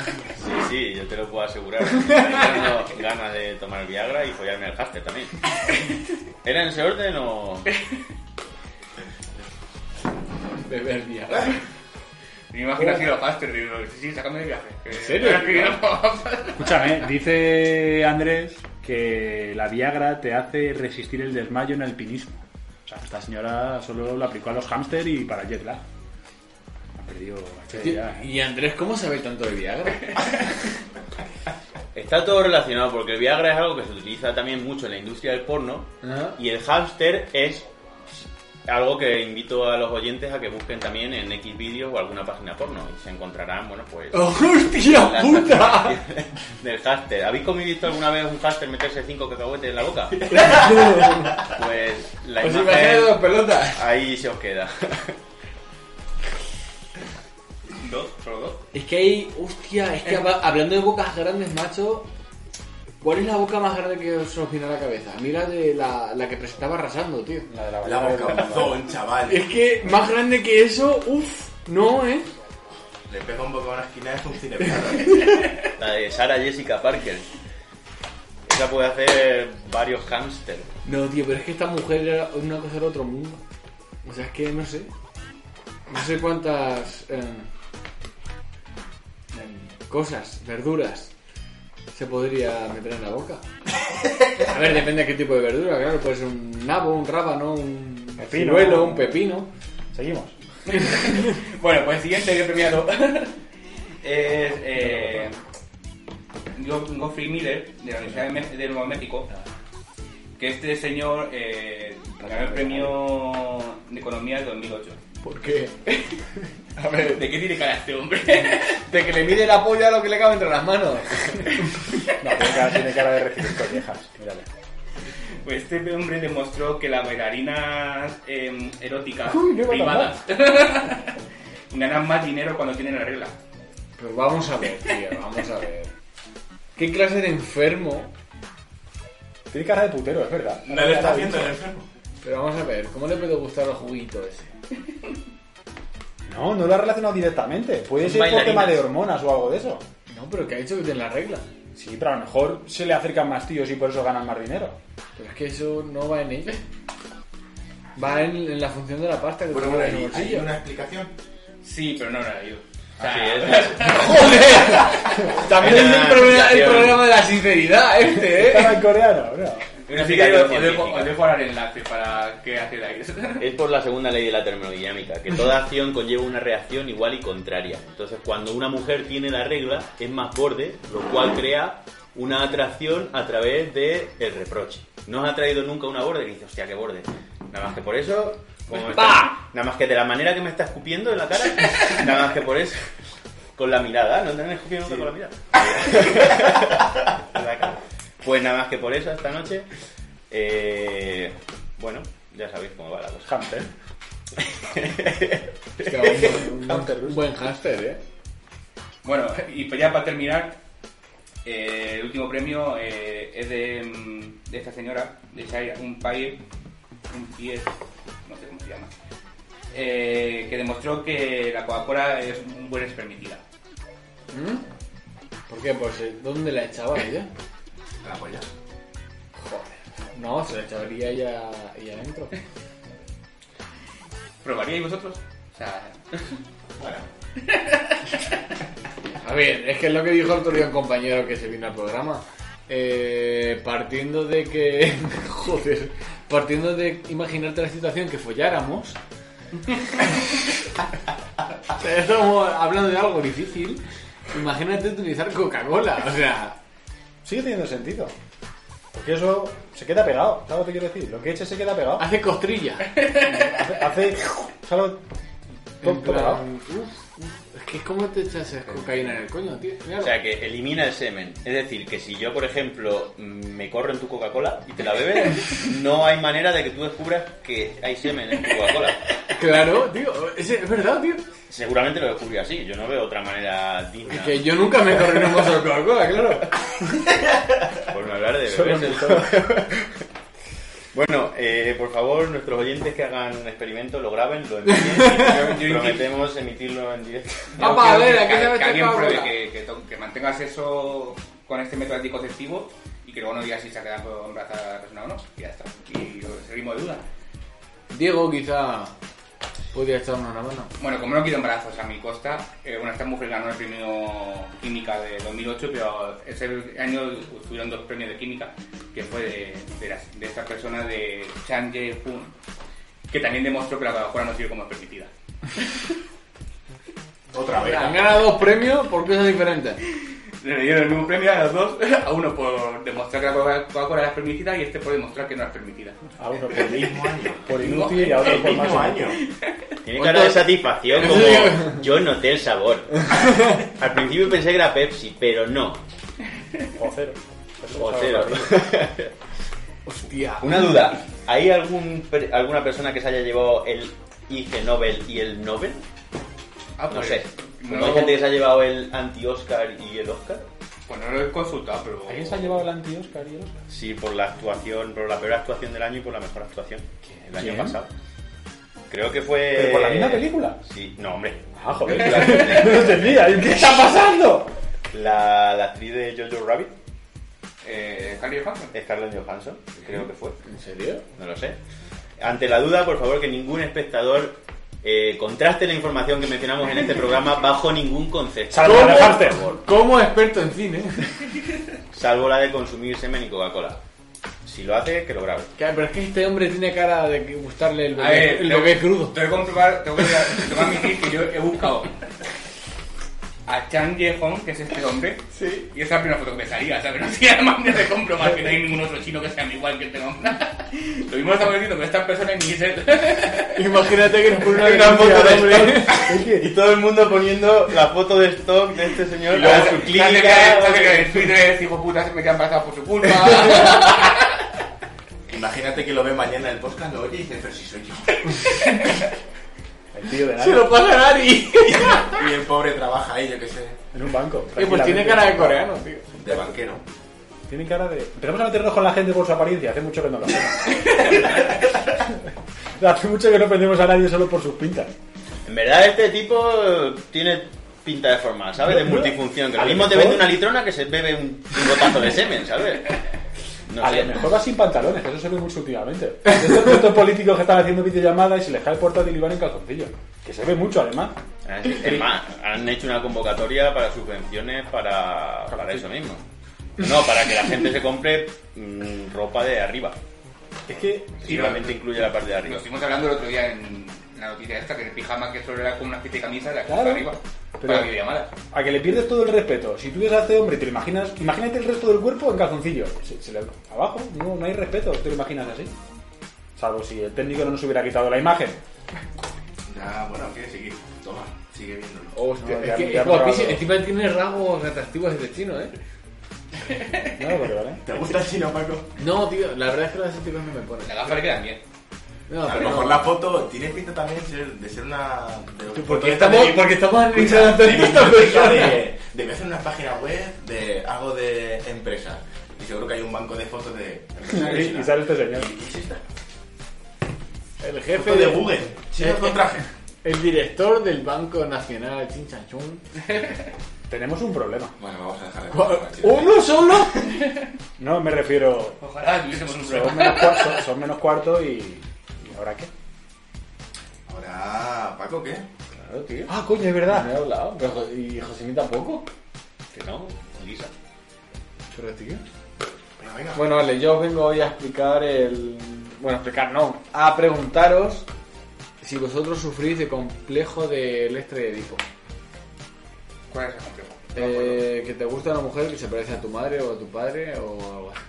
Sí, sí, yo te lo puedo asegurar. Me están dando ganas de tomar Viagra y follarme al hámster también. ¿Era en ese orden o...?
Beber día.
Y me imagino así los hámsters. Digo, sí, sí, sácame de viaje. ¿En
serio?
eh,
Escúchame, dice Andrés que la Viagra te hace resistir el desmayo en alpinismo. O sea, esta señora solo la aplicó a los hámster y para jet lag. Ha perdido. ha perdido ya, ¿eh?
Y Andrés, ¿cómo sabe tanto de Viagra?
Está todo relacionado porque el Viagra es algo que se utiliza también mucho en la industria del porno
Ajá.
y el hámster es algo que invito a los oyentes a que busquen también en X vídeos o alguna página porno y se encontrarán, bueno, pues...
¡Hostia
las
¡Oh, puta!
acciones del hámster. ¿Habéis comido visto alguna vez un hámster meterse cinco cacahuetes en la boca? Pues la
Os imagináis
imagen
dos pelotas.
ahí se os queda.
¿Dos? ¿Solo dos?
Es que hay. Hostia, es que hab- hablando de bocas grandes, macho. ¿Cuál es la boca más grande que os os viene a la cabeza? Mira de la, la que presentaba arrasando, tío.
La boca bocazón, chaval.
Es que más grande que eso, uff, no, eh.
Le pega un bocado a una esquina es un cinepiado.
La de Sara Jessica Parker. Esa puede hacer varios hámster.
No, tío, pero es que esta mujer era una cosa del otro mundo. O sea, es que no sé. No sé cuántas eh, cosas, verduras, se podría meter en la boca. A ver, depende de qué tipo de verdura, claro. Puede ser un nabo, un rábano, un
Pepino.
ciruelo, un pepino.
Seguimos.
Bueno, pues siguiente que he premiado es eh, Go- Godfrey Miller de la Universidad de, Me- de Nuevo México, que este señor eh, ganó el premio de economía del 2008.
¿Por qué? A ver,
¿De qué tiene cara este hombre?
de que le mide la polla a lo que le cabe entre las manos.
No, tiene cara, tiene cara de recibir con viejas. Mírale.
Pues este hombre demostró que las bailarinas eh, eróticas
Uy, no iba tan
privadas ganan más dinero cuando tienen la regla.
Pero vamos a ver, tío, vamos a ver. ¿Qué clase de enfermo?
Tiene cara de putero, es verdad.
No le está haciendo el enfermo.
Pero vamos a ver, ¿cómo le puede gustar los juguitos ese?
No, no lo ha relacionado directamente. Puede
Son
ser por
bailarinas.
tema de hormonas o algo de eso.
No, pero que ha dicho que tiene la regla.
Sí, pero a lo mejor se le acercan más tíos y por eso ganan más dinero.
Pero es que eso no va en ella. Va en, en la función de la pasta que
Bueno,
tengo en
bueno,
el
¿y hay
bolsillo.
una explicación?
Sí, pero no era yo. O sea,
Así es.
También es el,
Era
problema, el
aplicación.
problema de la sinceridad este, ¿eh?
Estaba en coreano, bro.
Así que os dejo, os dejo ahora el enlace para que accedáis.
Es por la segunda ley de la termodinámica, que toda acción conlleva una reacción igual y contraria. Entonces, cuando una mujer tiene la regla, es más borde, lo cual crea una atracción a través del el reproche. No has atraído nunca una borde, que dice, hostia, qué borde. Nada más que por eso... como me está-
¡pa!
nada más que de la manera que me está escupiendo en la cara, nada más que por eso... Con la mirada, no te han escupido nunca con la mirada. En la cara. Pues nada más que por eso, esta noche... eh, bueno, ya sabéis cómo va la cosa.
Hamster.
Hostia, un buen- un,
Hamster
buen-
ruso.
un buen hámster, ¿eh?
Bueno, y pues ya para terminar, eh, el último premio eh, es de, mm, de esta señora, de Shai, un país, un pie, no sé cómo se llama, eh, que demostró que la Coca-Cola es un buen espermicida.
¿Mm? ¿Por qué? Pues eh, ¿dónde la echaba ella?
La polla.
Joder. No, se la echaría ella, ella adentro.
¿Probaríais vosotros? O sea,
Bueno,
A ver, es que es lo que dijo el otro día un compañero que se vino al programa. Eh, partiendo de que. Joder. Partiendo de imaginarte la situación que folláramos. O sea, Estamos hablando de algo difícil. Imagínate utilizar Coca-Cola. O sea,
Sigue teniendo sentido. Porque eso se queda pegado. ¿Sabes lo que te quiero decir? Lo que eches se queda pegado.
hace costrilla.
Hace. hace- ¿sabes lo-
todo,
En
todo
plan,
pegado.
uf,
Es que ¿cómo te echas esa cocaína en el coño, tío?
O sea, que elimina el semen. Es decir, que si yo, por ejemplo, me corro en tu Coca-Cola y te la bebes, no hay manera de que tú descubras que hay semen en tu Coca-Cola.
Claro, tío. ese- Es, verdad, tío.
Seguramente lo descubrí así. Yo no veo otra manera digna.
Que yo nunca me corrí en un vaso de Coca-Cola, claro.
Por no hablar de
Solo
bebés.
en el todo.
Bueno, eh, por favor, nuestros oyentes que hagan un experimento, lo graben, lo envíen. y Prometemos emitirlo en directo.
Papá, a
Yo creo
ver,
que
¿a qué
que-
sabe
que
este
alguien
pavo?
pruebe que, que to- que mantengas eso con este método anticonceptivo y que luego no digas si se ha quedado embarazada la persona o no. Y ya está. Y seguimos de duda.
Diego quizá podía echarme una mano.
Bueno, como no quiero embarazos a mi costa, eh, bueno, esta mujer ganó el premio Química de 2008, pero ese año tuvieron dos premios de Química, que fue de, de las- de esta persona de Chan Ye-hun, que también demostró que la Coca-Cola no sirve como permitida.
Otra vez.
Han ganado dos premios por cosas diferentes.
Le dieron el mismo premio a los dos, a uno por demostrar que la Coca- Coca-Cola era permitida y este por demostrar que no era permitida.
A uno por,
El mismo año.
por inútil y a otro
El
por más.
mismo año.
Tiene cara de satisfacción como yo noté el sabor. Al principio pensé que era Pepsi, pero no.
O cero.
O cero.
Hostia.
Una duda, ¿hay algún, per- alguna persona que se haya llevado el Ig Nobel y el Nobel?
Ah,
No
pues,
sé.
No,
¿No hay gente que se ha llevado el anti-Oscar y el Oscar?
pues no lo he consultado, pero...
¿Alguien se ha llevado el anti-Oscar y el Oscar?
Sí, por la actuación, por la peor actuación del año y por la mejor actuación. El año
¿Quién?
pasado. Creo que fue.
¿Pero por la misma película?
Sí, no, hombre.
Ah, joder, claro. no entendía. ¿Qué está pasando?
La, la actriz de Jojo Rabbit,
Eh, ¿Carly Johansson?
Scarlett Johansson, creo que fue.
¿En serio?
No lo sé. Ante la duda, por favor, que ningún espectador eh, contraste la información que mencionamos en este programa bajo ningún concepto.
Salvo la de hámster.
Como experto en cine.
Salvo la de consumir semen y Coca-Cola. Si lo hace, que lo grabe.
Que- Pero es que este hombre tiene cara de que gustarle el
A ver,
bebé, el bebé crudo.
Tengo que comprobar, tengo que, tengo que admitir que yo he buscado a Chan Ye-hong, que es este hombre,
Sí.
y esa es la primera foto que me salía, ¿sabes? No hacía manera de comprobar que no hay ningún otro chino que sea igual que este hombre. Lo mismo estamos diciendo que esta persona es Michelle.
Imagínate que nos pone una
Hay una
denuncia
foto
al
de
hombre.
stock. Y todo el mundo poniendo la foto de stock de este señor con su clínica.
En Twitter, hijo puta, se me quedan embarazados por su culpa.
Imagínate que lo ve mañana en el podcast, lo oye y dice, pero si soy yo.
El tío de
Se
nada.
lo pasa a Ari.
Y el pobre trabaja ahí, yo qué sé,
En un banco.
Eh, Pues
tranquilamente.
tiene cara de coreano, tío.
de banquero.
Tiene cara de. Empezamos a meternos con la gente por su apariencia. Hace mucho que no lo hacemos. Hace mucho que no prendemos a nadie solo por sus pintas.
En verdad, este tipo eh, tiene pinta de formal, ¿sabes? De multifunción. Que lo
A lo
mismo te
mejor-
vende una litrona que se bebe un, un botazo de semen, ¿sabes? No
a
sé.
lo mejor va sin pantalones, que eso se ve mucho últimamente. De Estos, de estos políticos que están haciendo videollamadas y se les cae el portátil y van en calzoncillos. Que se ve mucho, además.
Es más, han hecho una convocatoria para subvenciones para, para eso mismo. No, para que la gente se compre mm, ropa de arriba.
Es que.
Y realmente incluye la parte de
Lo
arriba.
estuvimos hablando el otro día en la noticia esta, que el pijama que solo era como una especie de camisa de la
Claro.
de arriba.
Pero-
Para videollamadas.
A que le pierdes todo el respeto. Si tú ves a este hombre, te lo imaginas. Imagínate el resto del cuerpo en calzoncillos. Se- se le- abajo, no, no hay respeto, te lo imaginas así. Salvo si el técnico no nos hubiera quitado la imagen.
Ya, bueno, quiere seguir. Toma, sigue viéndolo.
Hostia,
No,
es
ya-
que
ya
es guapísimo.
probado.
Encima tiene rasgos atractivos este chino, ¿eh?
No, porque vale.
¿Te gusta el chino, Paco?
No, tío, la verdad es que los asiáticos no me ponen.
Las gafas le quedan bien.
No,
A
pero
lo mejor
no.
la foto tiene pinta también de ser, de ser una... De,
Tú,
foto
Porque
esta
estamos,
de-
porque estamos
Escucha,
analizando
de
esta
biblioteca
persona.
de, de me hacer una página web de algo de empresas. Y seguro que hay un banco de fotos de empresas.
Y, y sale este señor.
¿Qué es esta?
El
Foto
jefe
de
de
Google. Chino con traje.
el director del Banco Nacional Chin Chan Chung.
Tenemos un problema.
Bueno, vamos a dejar de
¿Uno solo?
No me refiero.
Ojalá tuviésemos un
Son
programa.
menos, cua- son- son menos cuarto y. ¿Y ahora qué?
Ahora, Paco, ¿qué?
Claro, tío.
Ah, coño, es verdad.
No he hablado. Pero, Jo- ¿Y Josemín tampoco?
Que no, Lisa.
Pero, tío.
Venga, venga.
Bueno, vale, yo os vengo hoy a explicar el... Bueno, explicar no, a preguntaros si vosotros sufrís de complejo del estre de Edipo.
¿Cuál es el complejo?
Eh, que te gusta una mujer que se parece a tu madre o a tu padre o algo así.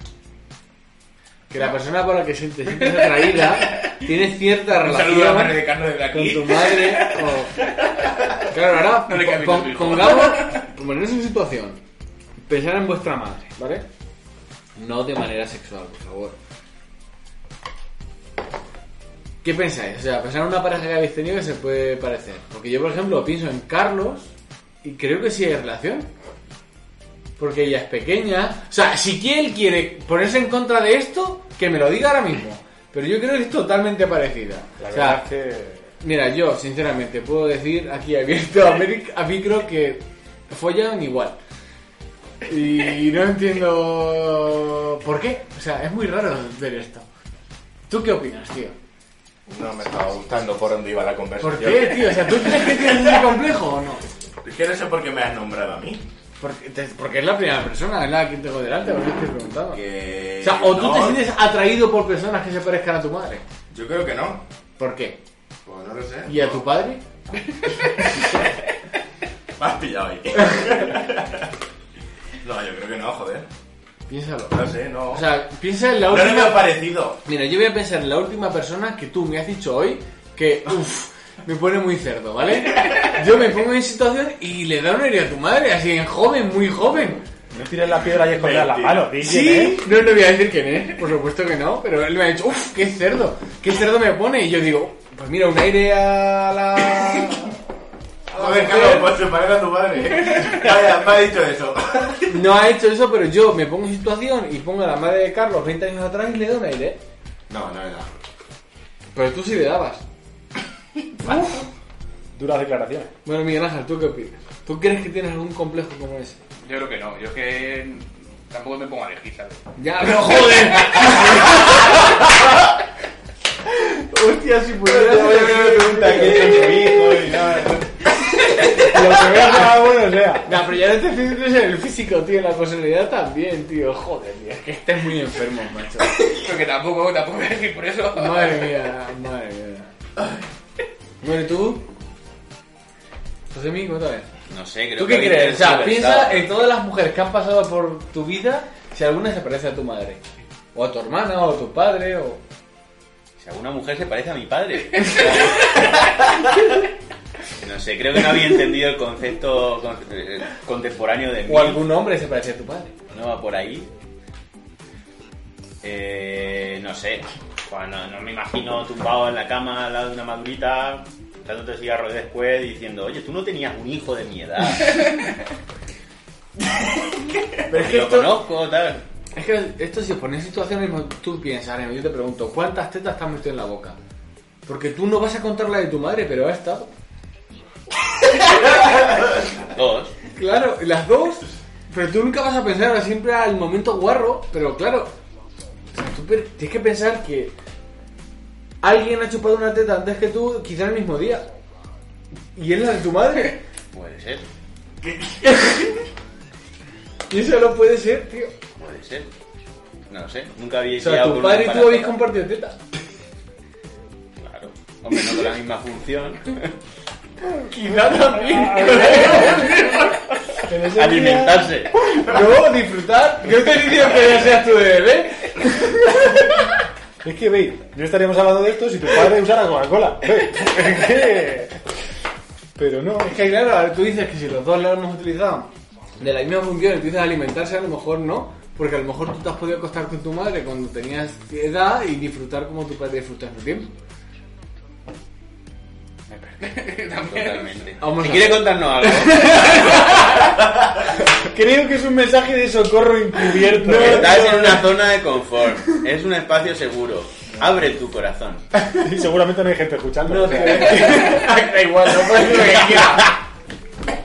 Que la persona por la que se- te sientes atraída tienes cierta
Un saludo a la
relación
madre de Carlos desde
con
aquí.
tu madre o... Claro, ahora
No le cambies a tu
con-
hijo.
pongamos, ponernos en situación, pensar en vuestra madre, ¿vale? No de manera sexual, por favor. ¿Qué pensáis? O sea, pensar en una pareja que habéis tenido que se puede parecer. Porque yo, por ejemplo, pienso en Carlos y creo que sí hay relación. Porque ella es pequeña. O sea, si él quiere ponerse en contra de esto, que me lo diga ahora mismo. Pero yo creo que es totalmente parecida.
La
o sea,
verdad es que.
Mira, yo sinceramente puedo decir aquí abierto a, mí- a micro que follan igual. Y no entiendo por qué. O sea, es muy raro ver esto. ¿Tú qué opinas, tío?
No me estaba gustando por dónde iba la
¿Por
conversación.
qué, tío? O sea, ¿tú crees que tienes ese complejo o no?
Es que no sé por qué me has nombrado a mí.
Porque, te- porque es la primera persona, es la que tengo delante, por eso te preguntaba.
Que...
O sea, o tú te
no,
sientes atraído por personas que se parezcan a tu madre.
Yo creo que no.
¿Por qué?
Pues no lo sé.
¿Y a tu padre?
Me has pillado ahí. no, yo creo que no, joder.
Piénsalo.
No sé, no.
O sea, piensa en la
no le
última
veo parecido.
Mira, yo voy a pensar en la última persona que tú me has dicho hoy que, uff, me pone muy cerdo, ¿vale? Yo me pongo en situación y le da una herida a tu madre, así en joven, muy joven.
No tires la piedra y escondas las manos, DJ,
Sí,
¿eh?
no le voy a decir quién es, por supuesto que no, pero él me ha dicho, uff, qué cerdo, qué cerdo me pone. Y yo digo, pues mira, un aire a la.
Joder, Carlos, pues se parece a tu madre. eh. Vaya, me ha dicho eso.
No ha hecho eso, pero yo me pongo en situación y pongo a la madre de Carlos 20 años atrás y le doy un aire.
No, no, no.
Pero tú sí le dabas.
Duras declaraciones.
Bueno, Miguel Ángel, ¿tú qué opinas? ¿Tú crees que tienes algún complejo como ese?
Yo creo que no, yo es que tampoco me pongo a elegir, ¿sabes?
Ya, pero joder. Hostia, si pudieras
Lo que veo cada bueno sea.
No, pero ya no te centres en el físico, tío, en la personalidad también, tío. Joder, tío, es que estés muy enfermo, macho.
Pero que tampoco, tampoco voy a elegir por eso.
Madre mía, madre mía. Bueno, ¿y tú? José Mí, cuéntame.
No sé, creo
¿Tú
que
qué
habéis
crees? O sea,
tergiversado.
piensa en todas las mujeres que han pasado por tu vida, si alguna se parece a tu madre. O a tu hermana, o a tu padre, o...
Si alguna mujer se parece a mi padre. no sé, creo que no había entendido el concepto con- eh, contemporáneo de mí.
O algún hombre se parece a tu padre.
No va por ahí. Eh, no sé. Pues no, no me imagino tumbado en la cama al lado de una madurita, dándote cigarro después diciendo, oye, tú no tenías un hijo de mi edad. Pero
es que
lo
esto-
conozco, tal.
Es que esto si os pones en situación mismo, tú piensas, Nemo, yo te pregunto, ¿cuántas tetas te has metido en la boca? Porque tú no vas a contar la de tu madre, pero ha estado.
Dos.
Claro, las dos, pero tú nunca vas a pensar siempre al momento guarro, pero claro, o sea, tú per- tienes que pensar que alguien ha chupado una teta antes que tú, quizá el mismo día. Y es la de tu madre.
Puede ser,
Y eso no puede ser, tío.
puede ser. No lo sé, nunca había
O sea,
llegado
tu
con una
padre y tú
embarazada.
habéis compartido tetas.
Claro. Hombre, no con la misma función.
Quizá también.
Pero ese día-
Alimentarse.
No, disfrutar. Yo te he dicho que ya seas tu bebé.
Es que, veis, no estaríamos hablando de esto si tu padre usara Coca-Cola. Es que- Pero no.
Es que claro, ahora tú dices que si los dos la hemos utilizado de la misma función y tú dices alimentarse, a lo mejor no. Porque a lo mejor tú te has podido acostar con tu madre cuando tenías edad y disfrutar como tu padre disfruta en tu tiempo.
Totalmente.
Vamos
si
a
quiere
ver.
contarnos algo,
Creo que es un mensaje de socorro encubierto.
estás en una zona de confort. Es un espacio seguro. Abre tu corazón.
Y seguramente no hay gente escuchando.
No, tío, da igual, no puedes decir lo que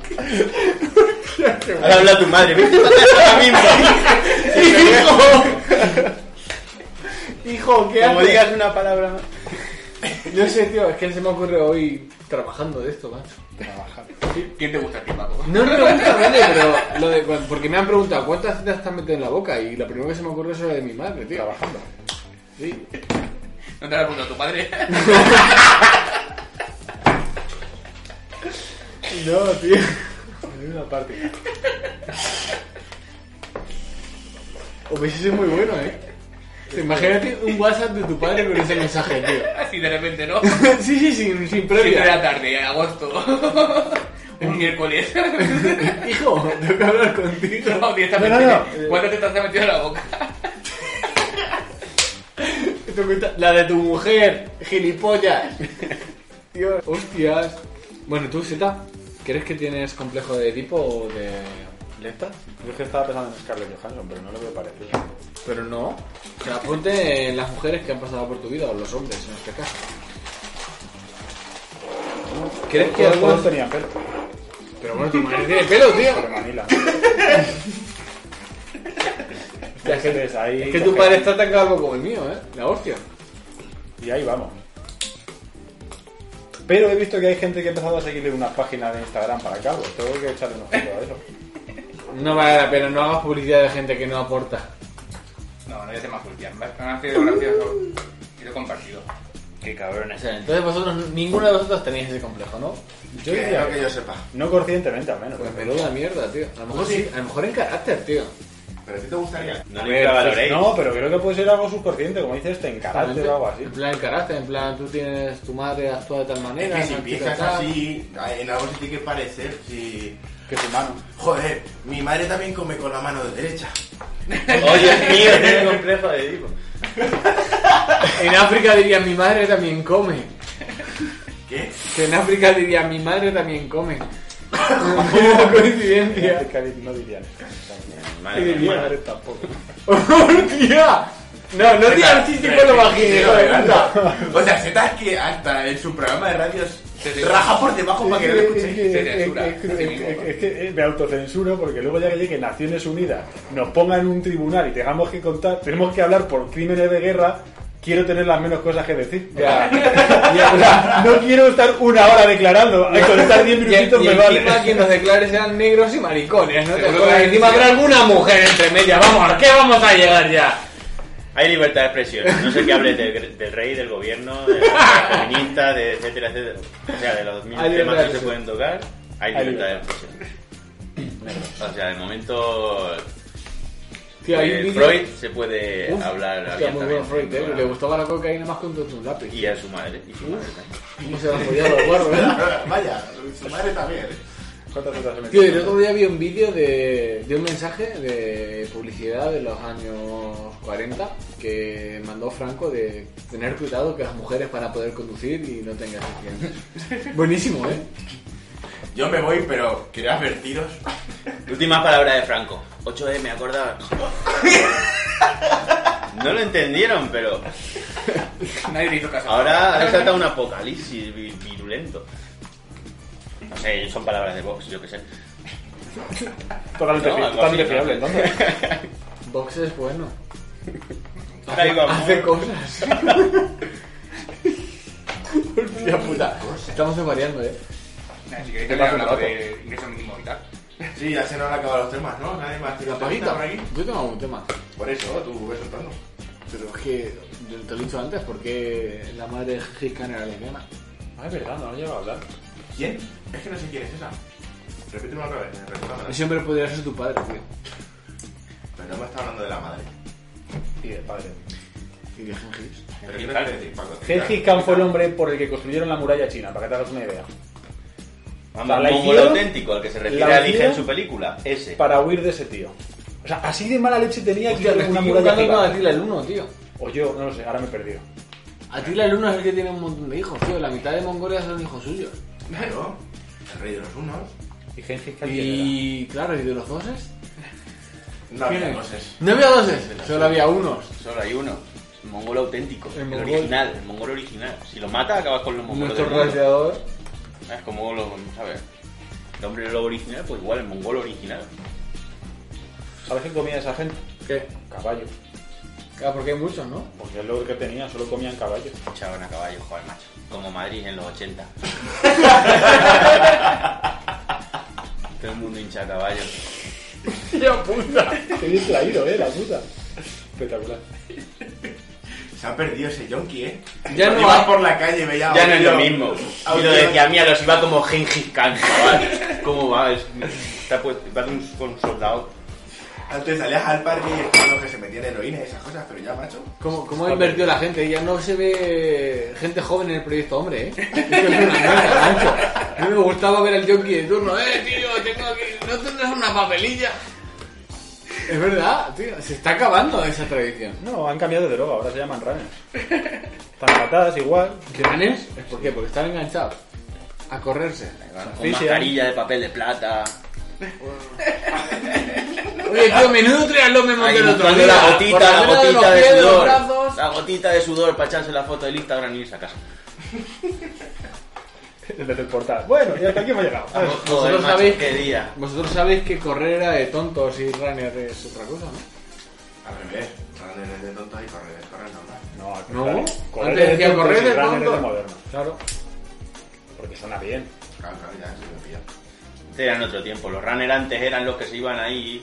quieras.
Ahora habla tu madre. Vete para atrás ahora mismo.
Hijo, ¿qué
Como
haces?
digas una palabra más.
Yo sé, tío, es que se me ocurre hoy trabajando de esto, macho.
¿Quién te gusta a ti, Paco?
No, no me gusta, vale, pero lo de, cuan- porque me han preguntado cuántas citas te has metido en la boca y lo primero que se me ocurrió es lo de mi madre, tío. Trabajando. Sí.
¿No te la preguntado a tu padre?
No, tío.
En una parte.
Hubiese sido muy bueno, eh. Imagínate un WhatsApp de tu padre con ese mensaje, tío.
Así de repente, ¿no?
Sí, sí, sin, sin
Siete de
previa.
la tarde, agosto. Un miércoles.
Hijo, tengo que hablar contigo.
No, directamente.
No, no, no.
¿Cuántas tetas te has metido en la boca?
Te cuenta La de tu mujer, gilipollas. Tío, hostias. Bueno, tú, Zeta, ¿crees que tienes complejo de Edipo o de Lepta?
Yo es que estaba pensando en Scarlett Johansson, pero no lo veo parecido.
Pero no. Se la ponte en las mujeres que han pasado por tu vida o los hombres en este caso. ¿Crees que
Todos-
algunos...
todos tenían pelo?
Pero bueno, tu madre tiene pelo, tío.
Pero Manila.
Ya que-
Entonces, ahí
Es que tu padre está tan calvo como el mío, ¿eh? La hostia.
Y ahí vamos. Pero he visto que hay gente que ha empezado a seguirle unas páginas de Instagram para cabos. Tengo que echarle un ojo a eso.
No vale la pena, no hagas publicidad de gente que no aporta.
No, no voy a hacer más publicidad. Me han nacido gracias y lo he compartido.
Qué cabrones.
Entonces vosotros, ninguno de vosotros tenéis ese complejo, ¿no?
Yo
que,
diría
no que yo sepa.
No conscientemente, al menos.
Pues menuda mierda, tío. A lo mejor sí, a lo mejor en carácter, tío.
Pero a ti te gustaría.
No le infravaloréis.
No, pero creo que puede ser algo subconsciente, como dices, te encaraste o algo así.
En plan en carácter, en plan tú tienes tu madre actúa de tal
Es
manera.
que si
no actúa
empiezas
tal.
así, en algo se tiene que parecer. Si.
Que es humano.
Joder, mi madre también come con la mano derecha.
Oye, mío, tiene complejo de tipo.
En África diría mi madre también come.
¿Qué?
Que en África diría mi madre también come. Una coincidencia.
No dirían.
Madre mía, madre.
tampoco.
¡Hostia! No, no digas chiste con lo bajinero, de verdad.
O sea, Z es que hasta en su programa de radio
Sí, sí.
raja por debajo para que no le
Es
escuchéis.
que-
Se
es que-
censura,
es que-
así mismo.
es que- es que eh, me autocensuro porque luego ya que llegue Naciones Unidas nos ponga en un tribunal y tengamos que contar, tenemos que hablar por crímenes de guerra, quiero tener las menos cosas que decir.
Ya.
O sea, no quiero estar una hora declarando, con estar 10
Y, y
minutitos me vale.
encima quien nos declare sean negros y maricones, ¿no? te
Seguro
acuerdas?
que-
encima habrá alguna mujer entre medias. Vamos, ¿a qué vamos a llegar ya?
Hay libertad de expresión. No sé qué hables del, del rey, del gobierno, de la feminista, de etcétera, etcétera. O sea, de los mil
Hay
temas
libertad
que
de
se pueden tocar, hay
Hay
libertad de expresión. O sea, de momento
Tío, hay un
eh,
vídeo-
Freud se puede
Uf,
hablar
hostia, muy bueno
abiertamente.
Freud, ¿eh? Le gustaba la cocaína más que un tonto un lápiz.
Y a su madre. Y su madre también.
¿Cómo se va a follar los guarros, eh?
Vaya, su madre también. eh.
¿Cuántas otras he
Tío,
metido?
el otro día vi un vídeo de, de un mensaje de publicidad de los años 40 que mandó Franco de tener cuidado que las mujeres para poder conducir y no tengas accidentes. Buenísimo, ¿eh?
Yo me voy, pero quería advertiros.
Última palabra de Franco. 8M, me acordaba. No lo entendieron, pero
Nadie le hizo caso.
ahora ha saltado un apocalipsis vi- virulento. No sé, son palabras de Vox, yo qué sé.
Totalmente,
No,
fi-
algo
totalmente
así, ¿no?
fiable, entonces.
Vox es bueno.
Traigo amor.
Hace cosas. Hostia puta. Estamos desvariando, ¿eh?
Nah, Si queréis también hablamos de ingreso mínimo vital.
Sí, ya se nos han acabado los temas, ¿no? Nadie más tiene
La
un temita
pajita.
por aquí.
Yo tengo un tema.
Por eso, tú ves soltando.
Pero es que, yo te lo he dicho antes, porque la madre de Hitchcock era lesbiana.
Ah, es verdad, no lo he llegado a hablar.
¿Quién? Es que no sé quién es esa. Repíteme otra vez, recordándome.
Ese hombre podría ser tu padre, tío.
Pero no me está hablando de la madre.
Y del padre.
Y de Gengis.
¿Pero qué me quieres decir, Paco?
Gengis Khan fue el hombre por el que construyeron la muralla china, para que te hagas una idea.
Vamos,
La
un mongol
hicieron,
auténtico, al que se refiere
la
a Lige en
hicieron
su película. Ese.
Para huir de ese tío. O sea, así de mala leche tenía que
Hostia, me
hacer
estoy
una muralla
equivocando con
gigante.
Atila el 1, tío.
O yo, no lo sé, ahora me he perdido.
Atila el 1 es el que tiene un montón de hijos, tío. La mitad de Mongolia son hijos suyos.
Claro, el rey de los unos.
¿Y Gengis Khan quién era?
Y claro, ¿y de los doses?
No había cosas.
No había doses, solo había unos.
Solo hay uno. El mongol auténtico.
El
El,
mongol.
original. El mongol original. Si lo mata, acabas con los mongoles.
Nuestro
del mundo.
rastreador.
Es como lo. ¿Sabes? El hombre lobo original, pues igual, el mongol original.
¿Sabes qué comía esa gente?
¿Qué?
Caballo.
Claro, porque hay muchos, ¿no?
Porque es lo que tenía, solo comían caballo.
Echaban a caballo, joder, macho. Como Madrid en los 80. Todo el mundo hincha a caballo.
¡Ya puta!
Qué bien traído, eh, la puta. Espectacular.
Se ha perdido ese yonki, ¿eh?
Ya
Cuando
no
iba
hay-
por la calle y veía a
Ya
un
no es lo
tío-
mismo.
a un
Y lo
tío-
decía, mira, los iba como Gengis Khan, chaval. ¿Cómo va? Es- está puesto, va de un- con un soldado.
Antes salías al parque y estaban los que se metían heroína y esas cosas, pero ya, macho.
¿Cómo, cómo ha invertido la gente? Ya no se ve gente joven en el proyecto, hombre, ¿eh? Esto es una mierda, macho. A mí me gustaba ver al jockey de turno. ¡Eh, tío! Tengo aquí... ¿No tendrás una papelilla? Es verdad, tío. Se está acabando esa tradición.
No, han cambiado de droga, ahora se llaman runners. Están matadas igual.
¿Granes? ¿Es por qué? Porque están enganchados. A correrse.
Con mascarilla de papel de plata.
Oye, tío, menudo triatlón me monté
Ahí
el otro
buscando
día.
la gotita, la
Por la
gotita de
cadena los pies, los
sudor.
brazos.
La gotita de sudor para echarse la foto del Instagram y irse a casa.
Desde el portal. Bueno, y hasta aquí hemos llegado.
Ah,
Joder,
vosotros
macho,
sabéis-
qué día.
Vosotros sabéis que correr era de tontos y runner es otra cosa, ¿no?
Al revés. Al revés de tonto y correr, correr normal.
No, al
No.
contrario. Correr
Antes decía
de tontos
correr
y
de
runner
tontos.
de moderno.
Claro.
Porque suena bien.
Claro, claro, ya, se me pilla.
Este era en otro tiempo. Los runners antes eran los que se iban ahí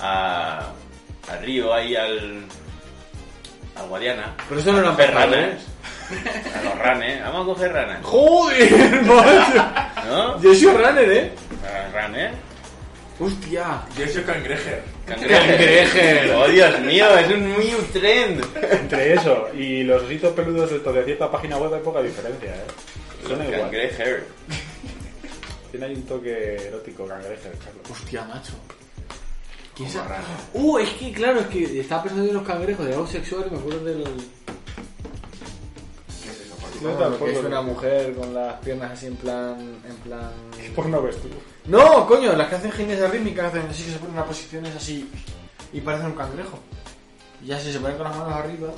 a, al río, ahí al, al Guadiana.
Pero eso no eran
Coger ranas.
perranes.
A los runners. Vamos a coger ranas.
¡Joder, macho!
¿No?
Yo soy runner, ¿eh?
A Runner.
¡Hostia!
Yo soy cangrejer.
Cangrejer.
Oh, Dios mío, es un new trend.
Entre eso y los ositos peludos estos de cierta página web hay poca diferencia, ¿eh? Suena igual.
Cangrejer.
Tiene ahí un toque erótico, cangrejer, Carlos.
Hostia, macho. ¿Quién
Como
sabe?
raro.
Uh, es que claro, es que estaba pensando en los cangrejos de algo sexual y me acuerdo del.
¿Qué es eso?
No,
Bueno,
tampoco,
que es
no.
una mujer con las piernas así en plan. En plan...
¿Qué porno ves tú?
No, coño, las que hacen gimnasia rítmica hacen así que se ponen a posiciones así y parecen un cangrejo. Y ya si se ponen con las manos arriba.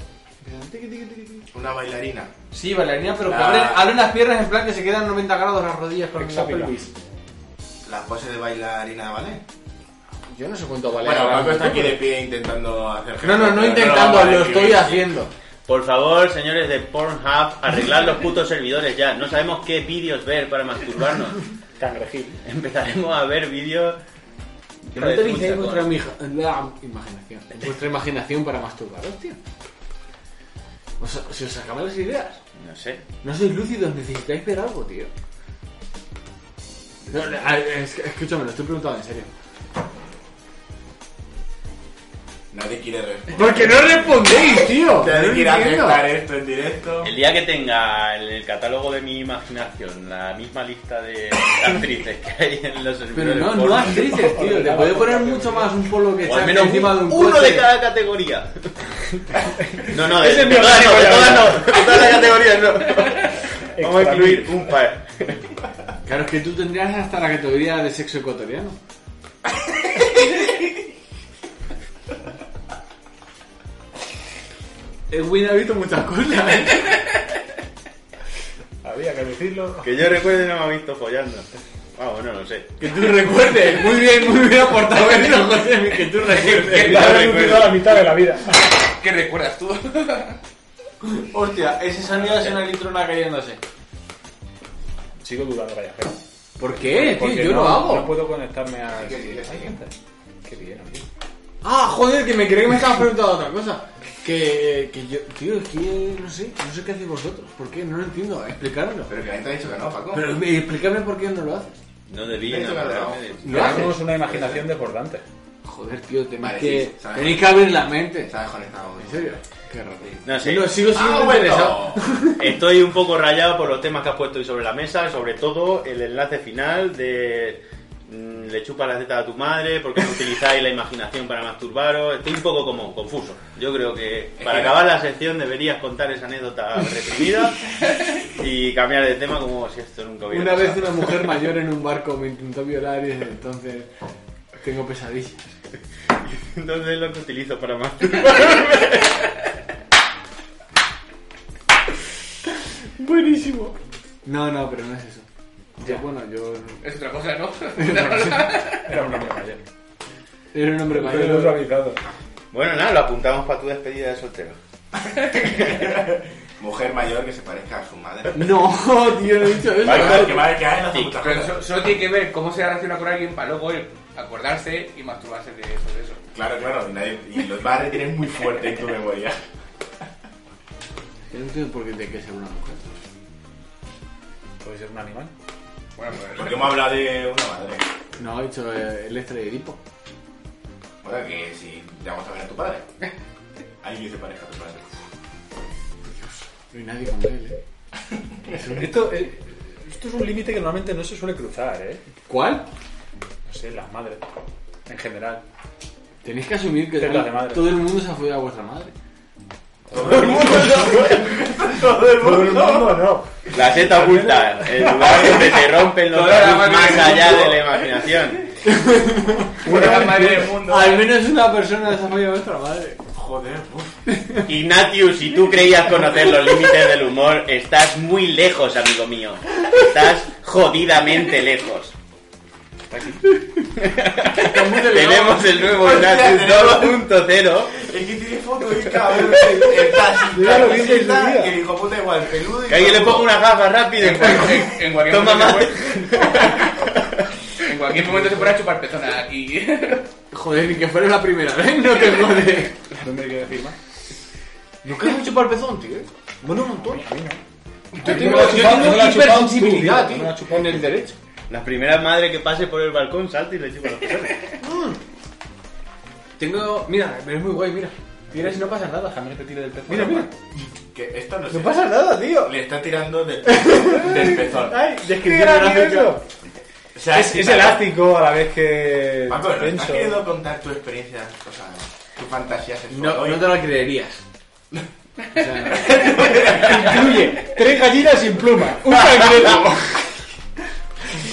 empiezan tiqui, tiqui, tiqui, tiqui.
Una bailarina.
Sí, bailarina, pero
La-
que abren, abren las piernas en plan que se quedan 90 grados las rodillas con la
Exótica.
pelvis.
La pose de bailarina, ¿vale?
Yo no sé cuánto vale.
Bueno,
ahora
Paco está
mismo,
aquí de
pero-
pie intentando hacer...
No, no, no intentando, lo estoy haciendo.
Por favor, señores de Pornhub, arreglad los putos servidores ya. No sabemos qué vídeos ver para masturbarnos.
Cangrejil.
Empezaremos a ver vídeos.
Que no utilicéis vuestra imag- la imaginación. Vuestra imaginación para masturbaros, tío. Os- se os acaban las ideas.
No sé.
No sois lúcidos, necesitáis ver algo, tío. No, no, a- es que- escúchame, lo estoy preguntando en serio.
Nadie quiere responder.
Porque no respondéis, tío.
Nadie
No
quiere
entiendo.
aceptar esto en directo.
El día que tenga en el catálogo de mi imaginación la misma lista de actrices que hay en los
Pero
servidores.
no,
porno,
no actrices, tío. Te puede poner mucho más un polo que
O al
echar
menos
encima de un
uno
coche.
de cada categoría. No, no, de,
Ese es
de
mi
todas no, de
objetivo
todas
ya.
no, de todas las categorías no. Vamos a
Extra
incluir un par.
Claro, es que tú tendrías hasta la categoría de sexo ecuatoriano. Edwin ha visto muchas cosas. ¿eh?
Había que decirlo.
Que yo recuerde no me ha visto follando. Ah, bueno, no sé.
Que tú recuerdes. Muy bien, muy bien aportado eso, José. Que tú
Que
recuerdes.
yo
La habrán
recuerde.
utilizado la mitad de la vida.
¿Qué recuerdas tú?
Hostia, ese sonido es una litrona cayéndose.
Sigo dudando, vaya. pero-
¿Por qué, Eh, tío?
porque
yo lo
no-
hago.
No puedo conectarme a...
Sí, sí, sí.
Ay, gente. Qué bien, amigo.
Ah, joder, que me creí que me estabas preguntando otra cosa. Que, eh, que yo, tío, es que no sé, no sé qué hacéis vosotros. ¿Por qué? No lo entiendo. Explicarlo.
Pero que la gente ha dicho que no, Paco.
Pero eh, explícame por qué no lo haces.
No debía, no,
Eso
no,
me ha
no,
dado.
no.
¿Lo haces?
Tenemos una imaginación desbordante.
Joder, tío, tenéis
Vale,
que,
sí, sabes.
tenéis que abrir la mente.
Está desconectado.
¿En serio? Qué raro.
No sé.
Sigo, sigo siendo
Ah,
interesado.
bueno.
Estoy un poco rayado por los temas que has puesto hoy sobre la mesa, sobre todo el enlace final de mm, le chupa la teta a tu madre, porque no utilizáis la imaginación para masturbaros. Estoy un poco como confuso. Yo creo que para acabar la sección deberías contar esa anécdota reprimida y cambiar de tema como si esto nunca hubiera
Una vez
pasado.
una mujer mayor en un barco me intentó violar y desde entonces tengo pesadillas.
Entonces es lo que utilizo para más.
Buenísimo. No, no, pero no es eso. Yo, bueno, yo
Es otra cosa, ¿no?
Era un hombre mayor.
era un hombre
Pero no
mayor.
suavizado.
Bueno, nada, lo apuntamos para tu despedida de soltero.
Mujer mayor que se parezca a su madre.
No, tío, no he dicho eso.
Vale,
Que madre que hay, no hace
Sí,
muchas
Pero
cosas.
so- solo tiene que ver cómo se relaciona con alguien para luego él acordarse y masturbarse de eso. De eso.
Claro, claro. y nadie- Y los madres tienes muy fuerte en tu memoria.
Yo no entiendo por qué tiene que ser una mujer.
Puede ser un animal.
Bueno, pues,
Porque hemos hablado de una madre.
No, he dicho eh, el extra de Edipo.
Joder, que si te gusta ver a tu padre. Ahí dice pareja a tu padre.
No hay nadie como él, ¿eh?
Esto, eh, esto es un límite que normalmente no se suele cruzar, ¿eh?
¿Cuál?
No sé, las madres. En general.
Tenéis que asumir que
Tetas de
todo-
madre.
todo el mundo se ha follado a vuestra madre.
Todo el mundo.
Todo el mundo no.
La seta oculta, el lugar donde te rompen los
Toda la
tabús
madre
más
del
allá
mundo.
de la imaginación.
Una madre del mundo.
Al menos una persona se ha follado a vuestra madre.
Joder, uf.
Ignatius, si tú creías conocer los límites del humor, estás muy lejos, amigo mío. Estás jodidamente lejos. Tenemos el nuevo
Hostia,
Ignatius 2.0.
Es que tiene foto y cabrón. El taxi.
Mira lo que dice en su vida.
Que el hijo puta igual, peludo. y
Que alguien le
todo.
ponga una gafa rápido.
En cualquier, en cualquier
Toma
momento
más.
se puede- en cualquier momento se podrá chupar pezona aquí.
Joder, ni que fuera la primera vez, no te jode.
¿Dónde hay que decir más?
Nunca has chupado el pezón, tío. Bueno, un montón. Yo
No lo
tengo,
has
yo
chupado, no
tengo
lo has chupado tú,
hipersensibilidad,
tío. No lo has
tío. En el derecho.
La primera madre que pase por el balcón salta y le chupa los pezones.
Tengo. Mira, pero es muy guay, mira.
Tira si no pasa nada, jamás te tira del pez.
Mira, mira.
Que esto no
No
sé.
pasa nada, tío.
Le está tirando del, del pezón.
¡Ay! ¡Qué
descripción
gracioso!
O sea,
Es,
que
es
Paco-
elástico a la vez que.
Paco, ¿no ¿has
tenso.
querido contar tu experiencia, o sea, tu fantasía sexual
No,
hoy?
no te lo creerías. O sea,
Incluye tres gallinas sin pluma, un cangrejo.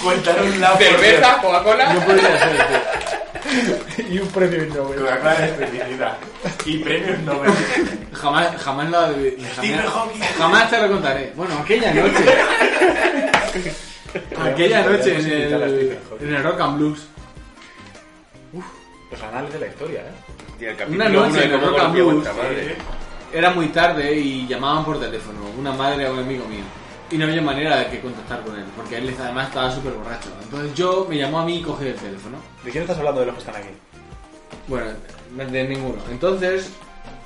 Cuéntanos la
Cerveza, Coca-Cola.
no podría ser, tío.
y un premio Nobel.
Coca-Cola de felicidad. Y premios Nobel.
Jamás, jamás la.
Stephen
Jamás,
Hawking.
jamás te lo contaré. Bueno, aquella noche. aquella noche en el, en el Rock and Blues.
Los anales de la historia, ¿eh?
Tío, el
Una
capítulo uno
noche
de
en el
cómo
Rock and
conocí a
Blues.
vuestra madre.
Era muy tarde y llamaban por teléfono, una madre o un amigo mío. Y no había manera de que contactar con él, porque él además estaba súper borracho. Entonces yo me llamó a mí y cogí el teléfono.
¿De quién estás hablando de los que están aquí?
Bueno, de ninguno. Entonces,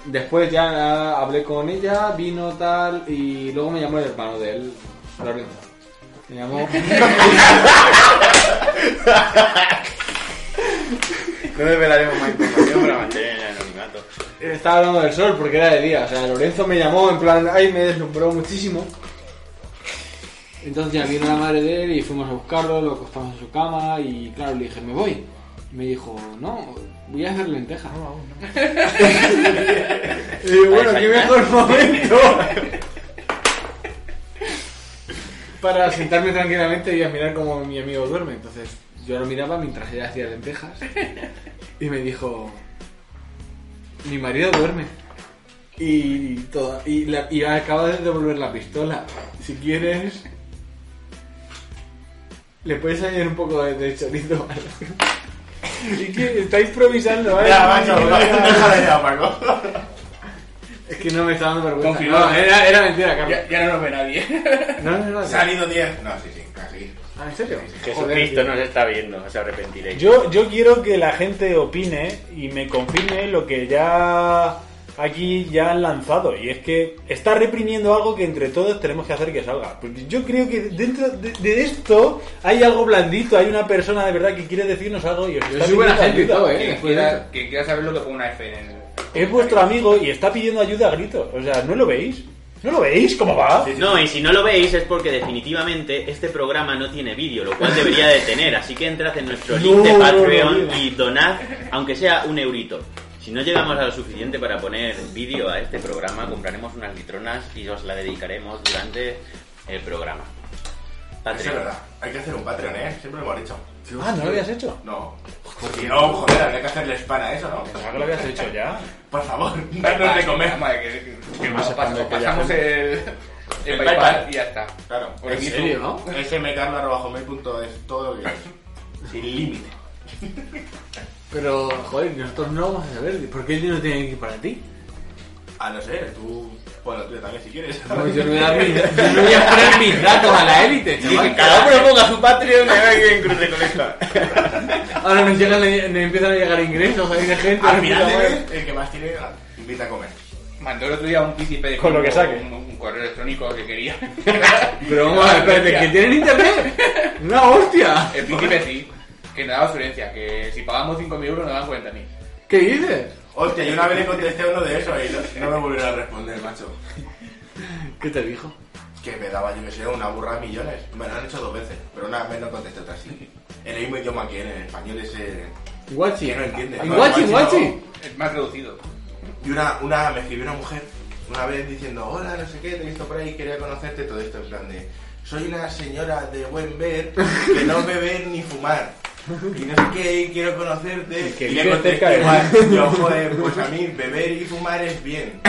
después ya hablé con ella, vino tal, y luego me llamó el hermano de él, Lorenzo. Me llamó.
No desvelaremos más información para mantener el anonimato.
Estaba hablando del sol porque era de día. O sea, Lorenzo me llamó en plan, ay, me deslumbró muchísimo. Entonces ya vino la madre de él y fuimos a buscarlo, lo acostamos en su cama y claro, le dije, me voy. Y me dijo, no, voy a hacer lentejas. y digo, bueno, qué mejor momento. Para sentarme tranquilamente y mirar cómo mi amigo duerme. Entonces yo lo miraba mientras ella hacía lentejas y me dijo, mi marido duerme. Y, toda, y, la, y acaba de devolver la pistola. Si quieres, le puedes añadir un poco de, de chorizo. Y que está improvisando, ¿eh?
Ya, macho, déjala ya, Paco.
Es que no me está dando vergüenza.
Confirmado.
No, era, era mentira, Carlos.
Ya, ya no nos ve nadie.
No, no, no. no.
Salido 10. No, sí, sí, casi.
Ah, ¿En serio?
Jesucristo nos está viendo, se arrepentiréis.
Yo, yo quiero que la gente opine y me confirme lo que ya aquí ya han lanzado. Y es que está reprimiendo algo que entre todos tenemos que hacer que salga. Porque yo creo que dentro de, de esto hay algo blandito, hay una persona de verdad que quiere decirnos algo y os
Yo
está
soy buena
pidiendo
gente y
ayuda.
todo, ¿eh?
Que
Después de
quiera,
esto.
que quiera saber lo que pone una F en el.
Es vuestro amigo y está pidiendo ayuda a gritos. O sea, ¿no lo veis? ¿No lo veis? ¿Cómo va?
No, y si no lo veis es porque definitivamente este programa no tiene vídeo, lo cual debería de tener. Así que entrad en nuestro link de
No, no,
Patreon
no, no.
y donad, aunque sea un eurito. Si no llegamos a lo suficiente para poner vídeo a este programa, compraremos unas litronas y os la dedicaremos durante el programa.
¿Ah,
Eso es
Patreon.
verdad. Hay que hacer un Patreon, ¿eh? Siempre lo hemos dicho.
Ah, ¿no lo habías hecho?
No. Porque no, joder, habría que hacerle spam a eso, ¿no?
¿Cómo que lo habías hecho ya?
Por favor, danos de comer.
Madre, que, que-
no se
pas-
pone aquella
pasamos el, el
El
PayPal,
PayPal.
y ya está.
Claro.
Por aquí
serio, no?
smcarlo.mail.es, todo lo que quieras. Sin límite.
Pero, joder, nosotros no vamos a saber. ¿Por qué el dinero tiene que ir para ti?
Ah, no sé, tú pon la tuya también si quieres.
No, yo no voy a dar mis- yo no voy a poner mis datos a la élite, chaval.
Dice, cada uno ponga su Patreon y haga que cruce con esto.
Ahora nos, llegan, nos empiezan a llegar ingresos ahí de gente.
Ah,
Al
de
final
puta
de
¿eh?
madre.
mes, el que más tiene gana. invita a comer.
Mandó el otro día un PCP de
Con lo que saque.
Un, un correo electrónico que quería.
Pero vamos
Ah,
a ver, espérate, ¿que tienen internet? ¡Una hostia!
El príncipe sí, que nos daba sugerencia, que si pagamos 5.000 euros nos dan 40.000.
¿Qué dices?
Hostia, yo una vez le contesté a uno de eso y no, no me volvieron a responder, macho.
¿Qué te dijo?
Que me daba, yo que sé, una burra de millones. Me lo han hecho dos veces, pero una vez no contesté otra así. En el mismo idioma que en el español ese...
Guachi.
Que no entiende.
Guachi, guachi.
Es más reducido.
Y una, una, me escribió una mujer una vez diciendo, hola, no sé qué, te he visto por ahí, quería conocerte, todo esto en plan de, soy una señora de buen ver, que no beber ni fumar. Y no sé qué, y quiero conocerte.
Y que
le
vive
contesté
cerca de
igual, yo, joder, pues a mí beber y fumar es bien.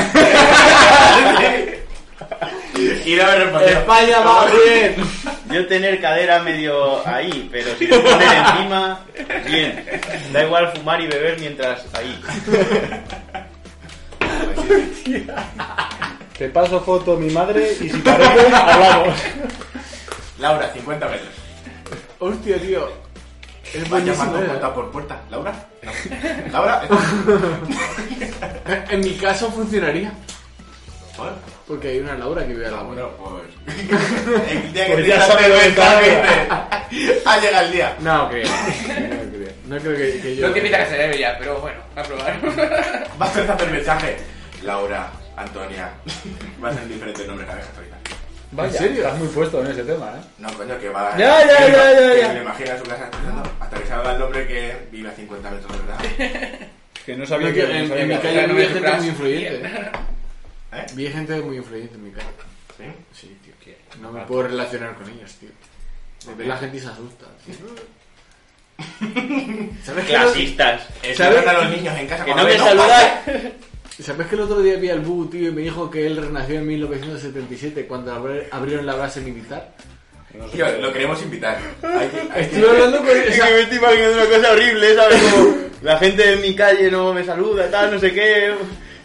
y no me respondió.
España va bien.
Yo tener cadera medio ahí, pero si te ponen encima, bien. Da igual fumar y beber mientras ahí.
Te paso foto a mi madre y si parece, hablamos.
Laura, 50 metros.
Hostia, tío. Es
Vas
buenísimo.
llamando
¿eh?
puerta por puerta. Laura, no. Laura,
En mi caso funcionaría.
Joder.
Porque hay una Laura que vive a la
Ah,
abuela.
bueno, pues. El día que
Pues
te
ya
das
sabe
cuenta,
dónde está.
¿viste? Ha llegado el día.
No creo. No creo. No creo que, que yo.
No te invita a que se debe ya, pero bueno, a probar.
Vas a hacer mensaje. Laura, Antonia. Vas a ser diferentes nombres cada vez que estoy.
¿En serio?
Estás muy puesto en ese tema, ¿eh?
No, coño, que va.
Ya, ya,
que
ya,
va-
ya,
que
ya.
Me imagino a su casa escuchando. Hasta que salga el nombre que vive a 50 metros, ¿verdad?
Que no
No,
sabía
que
que...
en,
no sabía
en mi
que-
calle vive
no me
gente muy
compras.
influyente. ¿eh?
¿Eh?
Vi gente muy influyente en mi calle.
Sí.
Sí, tío. No me puedo relacionar con ellos, tío. Me ve la gente y se asusta. tío. ¿Sabes que, el,
Clasistas.
Enseñan Eh, a los niños en casa.
Que no
cuando
me
ven,
saludas.
¿Sabes que el otro día vi al Bubu, tío, y me dijo que él renació en 1977 cuando abri- abrieron la base militar?
Tío, lo queremos invitar. Hay que, hay que-
Estoy hablando con... o
Es
sea,
que me estoy imaginando una cosa horrible, ¿sabes? Como la gente de mi calle no me saluda, tal, no sé qué.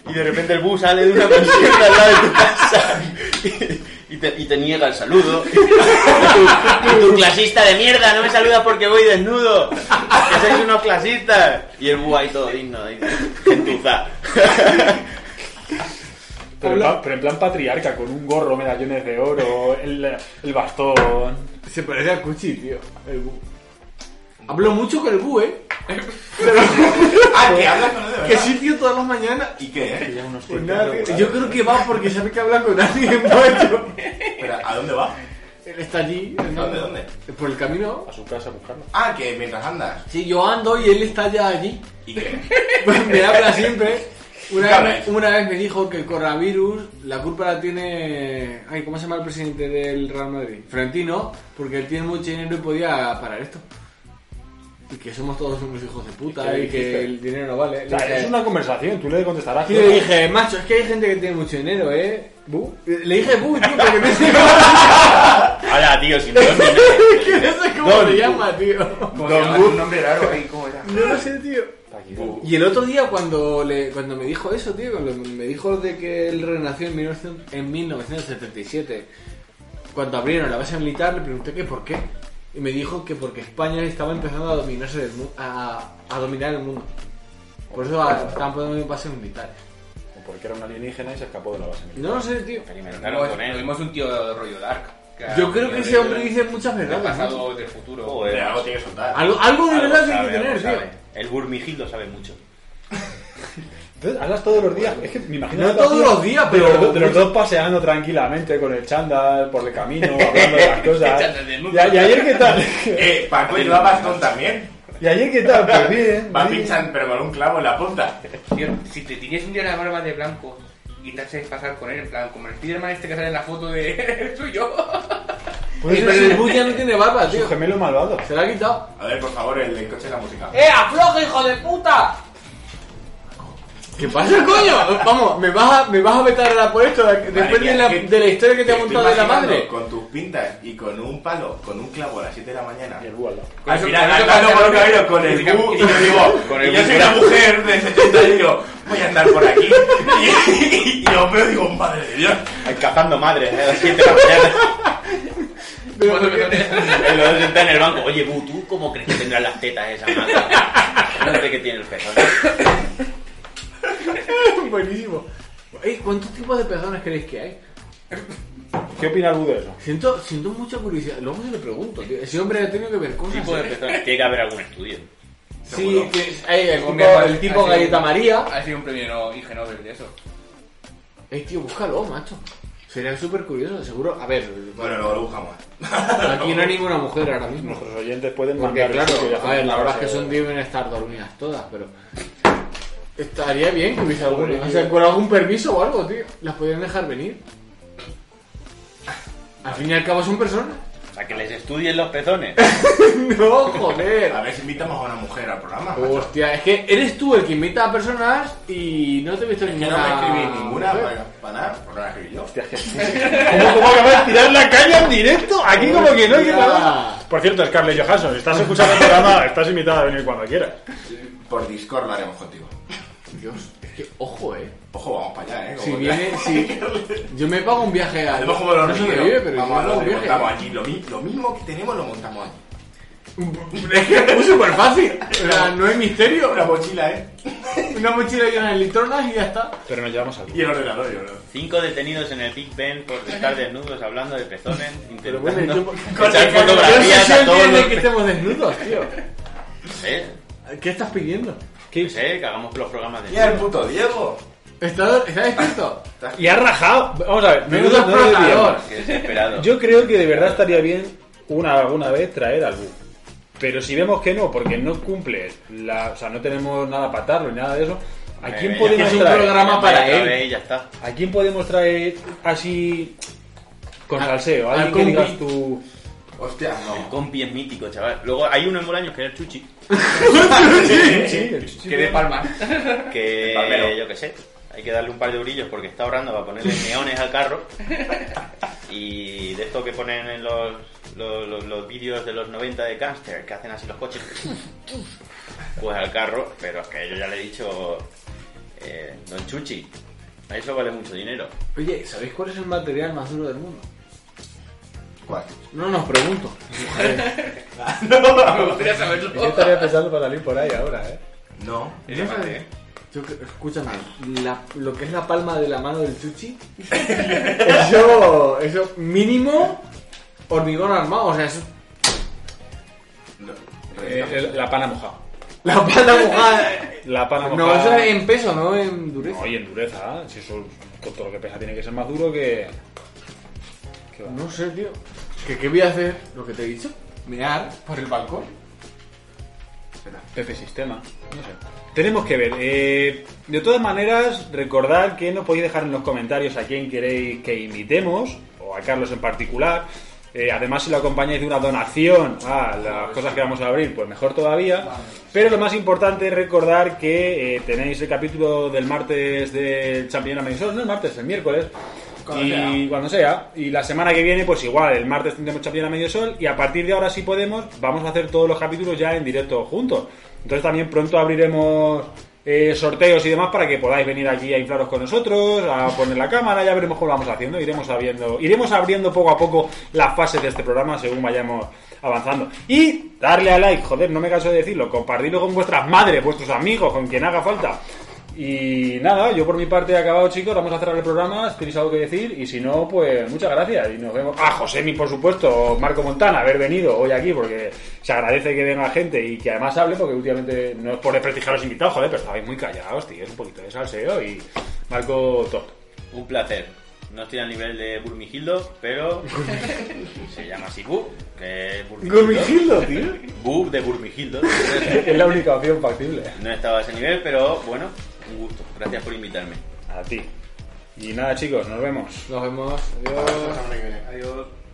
Y de repente el bus sale de una pensión al lado de tu casa y- y te, y te niega el saludo. Y tu, y tu clasista de mierda no me saluda porque voy desnudo. Que sois unos clasistas. Y el bus ahí todo digno, ahí, gentuza.
Pero, en plan- pero en plan patriarca, con un gorro, medallones de oro, el, el bastón...
Se parece a Cuchi, tío. El Bu. Hablo mucho con el Bu, ¿eh? Pero
Ah, que hablas con él de verdad.
que sí, tío, todas las mañanas.
¿Y qué, eh?
Y nada, tío, yo creo que va porque sabe que habla con alguien, macho.
Espera, ¿a dónde va?
Él está allí. ¿no?
¿Dónde, dónde?
Por el camino.
A su casa a buscarlo.
Ah, que mientras andas.
Sí, yo ando y él está ya allí.
¿Y qué?
Me habla siempre. Una vez,
Cabres.
una vez me dijo que el coronavirus, la culpa la tiene... Ay, ¿Cómo se llama el presidente del Real Madrid? Florentino, porque él tiene mucho dinero y podía parar esto. Y que somos todos unos hijos de puta
¿Qué
y que
dijiste?
el dinero no vale.
O sea,
Le
es
dije-
una conversación, tú le contestarás.
Y le dije, macho, es que hay gente que tiene mucho dinero, ¿eh? ¿Bu? Le dije, Bu, tío, porque no sé
Ahora, tío, si no
que no sé cómo
Don
se
Bu.
llama, tío.
Como se llama, un nombre raro ahí, ¿cómo era?
No lo sé, tío.
Bu.
Y el otro día cuando le, cuando me dijo eso, tío, cuando me dijo de que él renació en, 1900 en 1977, cuando abrieron la base militar, le pregunté que por qué. Y me dijo que porque España estaba empezando a dominarse del mu- a, a dominar el mundo. Por eso a- estaban poniendo bases militares.
Porque era un alienígena y se escapó de la base militar.
No lo sé, tío.
Experimentaron
Tuvimos
con él.
tuvimos un tío de rollo dark.
Yo creo que ese hombre dice "Pues, muchas
Del
verdades. macho.
pasado, del futuro.
Joder.
Pero algo tiene que soltar.
Algo, algo de
Algo
verdad tiene
sabe,
que
algo
tener,
sabe.
tío.
El Burmigil lo sabe mucho.
Entonces, hablas todos los días. Es que me imagino.
No
a los
todos
tíos-
los días,
de
pero-
los- De los dos paseando tranquilamente con el chándal por el camino, hablando de las cosas.
Chándal desnudo.
y, a- y ayer qué tal.
Eh, Paco lleva bastón también.
y ayer qué tal. Pues bien.
Va
bien.
pinchando, pero con un clavo en la punta.
Tío, si te tienes un día la barba de blanco y te haces pasar con él, en plan, como el Spiderman este que sale en la foto de suyo.
Puede
Y-
ser
Pero el
su-
Bu ya no tiene barba, tío.
su gemelo malvado.
Se la ha quitado.
A ver, por favor, el del coche y la música.
¡Eh, afloja, hijo de puta! ¿Qué pasa, coño? Vamos, me vas a, me vas a vetar ahora por esto, después
Madre
de
mía,
la,
que-
de la historia que te ha
estoy
montado de la
imaginando
madre.
Con tus pintas y con un palo, con un clavo a las 7 de la mañana.
Y el búho al lado.
Al
Con
final,
eso-
andando por un camino con el
Música-
bu y yo digo,
Con el
y yo
bu-
soy una mujer de 70 años, voy a andar por aquí. Y, y yo veo y digo, madre de Dios.
Cazando madres eh, a las 7 de la mañana.
Cuando me toques.
El otro sentado en el banco. Oye, Bu, ¿tú cómo crees que tendrán las tetas esa madre? No sé qué tiene el pezón.
Buenísimo. Ey, ¿Cuántos tipos de personas creéis que hay?
¿Qué opina el Bu de eso?
Siento, siento mucha curiosidad. Luego se lo pregunto, tío. Ese hombre ha tenido que ver cosas.
Tipo de
¿eh?
pezón. Tiene que haber algún estudio.
Sí, que
Ahí,
el tipo, el tipo galleta María.
Ha sido un premio no, Ig Nobel de eso.
Ey, tío, búscalo, macho. Sería súper curioso, seguro. A ver,
Bueno, luego lo buscamos.
aquí no hay ninguna mujer ahora mismo.
Nuestros oyentes pueden
Porque
mandar
claro,
eso que ya
a ver, la
hacemos
verdad es que
noche.
son deben estar dormidas todas, pero estaría bien que hubiese alguna. O sea, con algún permiso o algo, tío. Las podrían dejar venir. Al fin y al cabo son personas.
O sea, que les estudien los pezones.
No, joder.
A ver si invitamos a una mujer al programa. macho.
Hostia, es que eres tú el que invita a personas y no te he visto
Es que
ninguna. ¿Eh?
no me escribís ninguna
mujer.
para, para nada, porque no la escribí yo.
¿Cómo, cómo acabas de tirar la caña en directo? Aquí como que no hay que
Hostia.
Por cierto, Scarlett Johansson, si estás escuchando el programa, estás invitada a venir cuando quieras.
Por Discord lo haremos contigo.
Dios, es que ojo, eh.
Ojo, vamos para allá, ¿eh?
Si
Como-
viene, si. Yo me pago un viaje a.
Hacemos como los
no
hormigueros.
sobrevive, pero yo me
Vamos,
pago
lo
un viaje.
montamos allí. Lo, mi- lo mismo que tenemos lo montamos allí.
Es que es súper fácil. O sea, no hay misterio.
Una mochila, ¿eh?
Una mochila llena de litronas y ya está.
Pero nos llevamos al
Y el ordenador, yo creo.
Cinco detenidos en el Big Ben por estar desnudos hablando de pezones,
Pero bueno,
intentando
yo-
echar
¿Qué
fotografías a
obsesión
todos
tiene
los...
que estemos desnudos, tío?
No sé,
¿Qué estás pidiendo?
no sé, que hagamos los programas de...
Mira el puto Diego.
¿Estás, estás despierto?
Y ha rajado. Vamos a ver,
Menudo
menudo nueve
explotador.
Que desesperado.
Yo creo que de verdad estaría bien una alguna vez traer al Boo. Pero si vemos que no, porque no cumple, la, o sea, no tenemos nada para atarlo ni nada de eso, ¿a
Madre
quién
mía.
podemos
Es Eh, un
traer?
programa
Eh, Ya
para
está,
él.
ve, Ya está.
¿A quién podemos traer así con
Al-
salseo?
Ah, al
Alguien que
compi.
digas tú...
Hostia,
El
no.
compi es mítico, chaval. Luego hay uno en Bolaños que era el Chuchi,
Sí,
Que de palmas.
que
El palmero.
yo qué sé, hay que darle un par de brillos porque está ahorrando para ponerle neones al carro. Y de esto que ponen en los, los, los- los vídeos de los 90 de Gangster, que hacen así los coches. Pues al carro, pero es que yo ya le he dicho, eh, don Chuchi, a eso vale mucho dinero.
Oye, ¿sabéis cuál es el material más duro del mundo?
¿Cuál?
No nos pregunto.
Me gustaría
Yo
saberlo.
estaría pensando para salir por ahí ahora, ¿eh?
No.
Es de parte, ¿eh?
Yo que- escúchame, la- lo que es la palma de la mano del chuchi, eso, eso mínimo hormigón armado, o sea, eso-
no.
Eh,
Eh, la pana mojada.
la palma mojada.
La pana
No,
mojada...
eso es en peso, no en dureza.
No, y en dureza, ¿eh? si eso con todo lo que pesa tiene que ser más duro que... que va.
No sé, tío. ¿Qué, ¿Qué voy a hacer? Lo que te he dicho. Mear por el balcón.
Pepe Sistema. No sé. Tenemos que ver. eh, de todas maneras, recordad que nos podéis dejar en los comentarios a quién queréis que imitemos, o a Carlos en particular. Eh, además, si lo acompañáis de una donación a las cosas que vamos a abrir, pues mejor todavía. Pero lo más importante es recordar que eh, tenéis el capítulo del martes del Champiñón Americano, no el martes, el miércoles,
Cuando
y
sea.
cuando sea. Y la semana que viene, pues igual, el martes tendremos Champion a medio sol y a partir de ahora, si podemos, vamos a hacer todos los capítulos ya en directo juntos. Entonces también pronto abriremos eh, sorteos y demás para que podáis venir aquí a inflaros con nosotros, a poner la cámara, ya veremos cómo lo vamos haciendo, iremos abriendo, iremos abriendo poco a poco las fases de este programa según vayamos avanzando. Y darle a like, joder, no me canso de decirlo, compartirlo con vuestras madres, vuestros amigos, con quien haga falta. Y nada, yo por mi parte he acabado, chicos. Vamos a cerrar el programa. Si tenéis algo que decir, y si no, pues muchas gracias. Y nos vemos. A Josemi, por supuesto, Marco Montana, haber venido hoy aquí, porque se agradece que venga gente y que además hable, porque últimamente no es por desprestigiar a los invitados, joder, pero estabais muy callados, tío. Es un poquito de salseo y Marco top.
Un placer. No estoy al nivel de Burmigildo, pero se llama así Bu, que es Burmigildo.
tío.
Bu de Burmigildo.
es la única opción factible.
No estaba a ese nivel, pero bueno, un gusto. Gracias por invitarme.
A ti. Y nada, chicos, nos vemos.
Nos vemos.
Hasta la
Adiós.
semana que viene.
Adiós.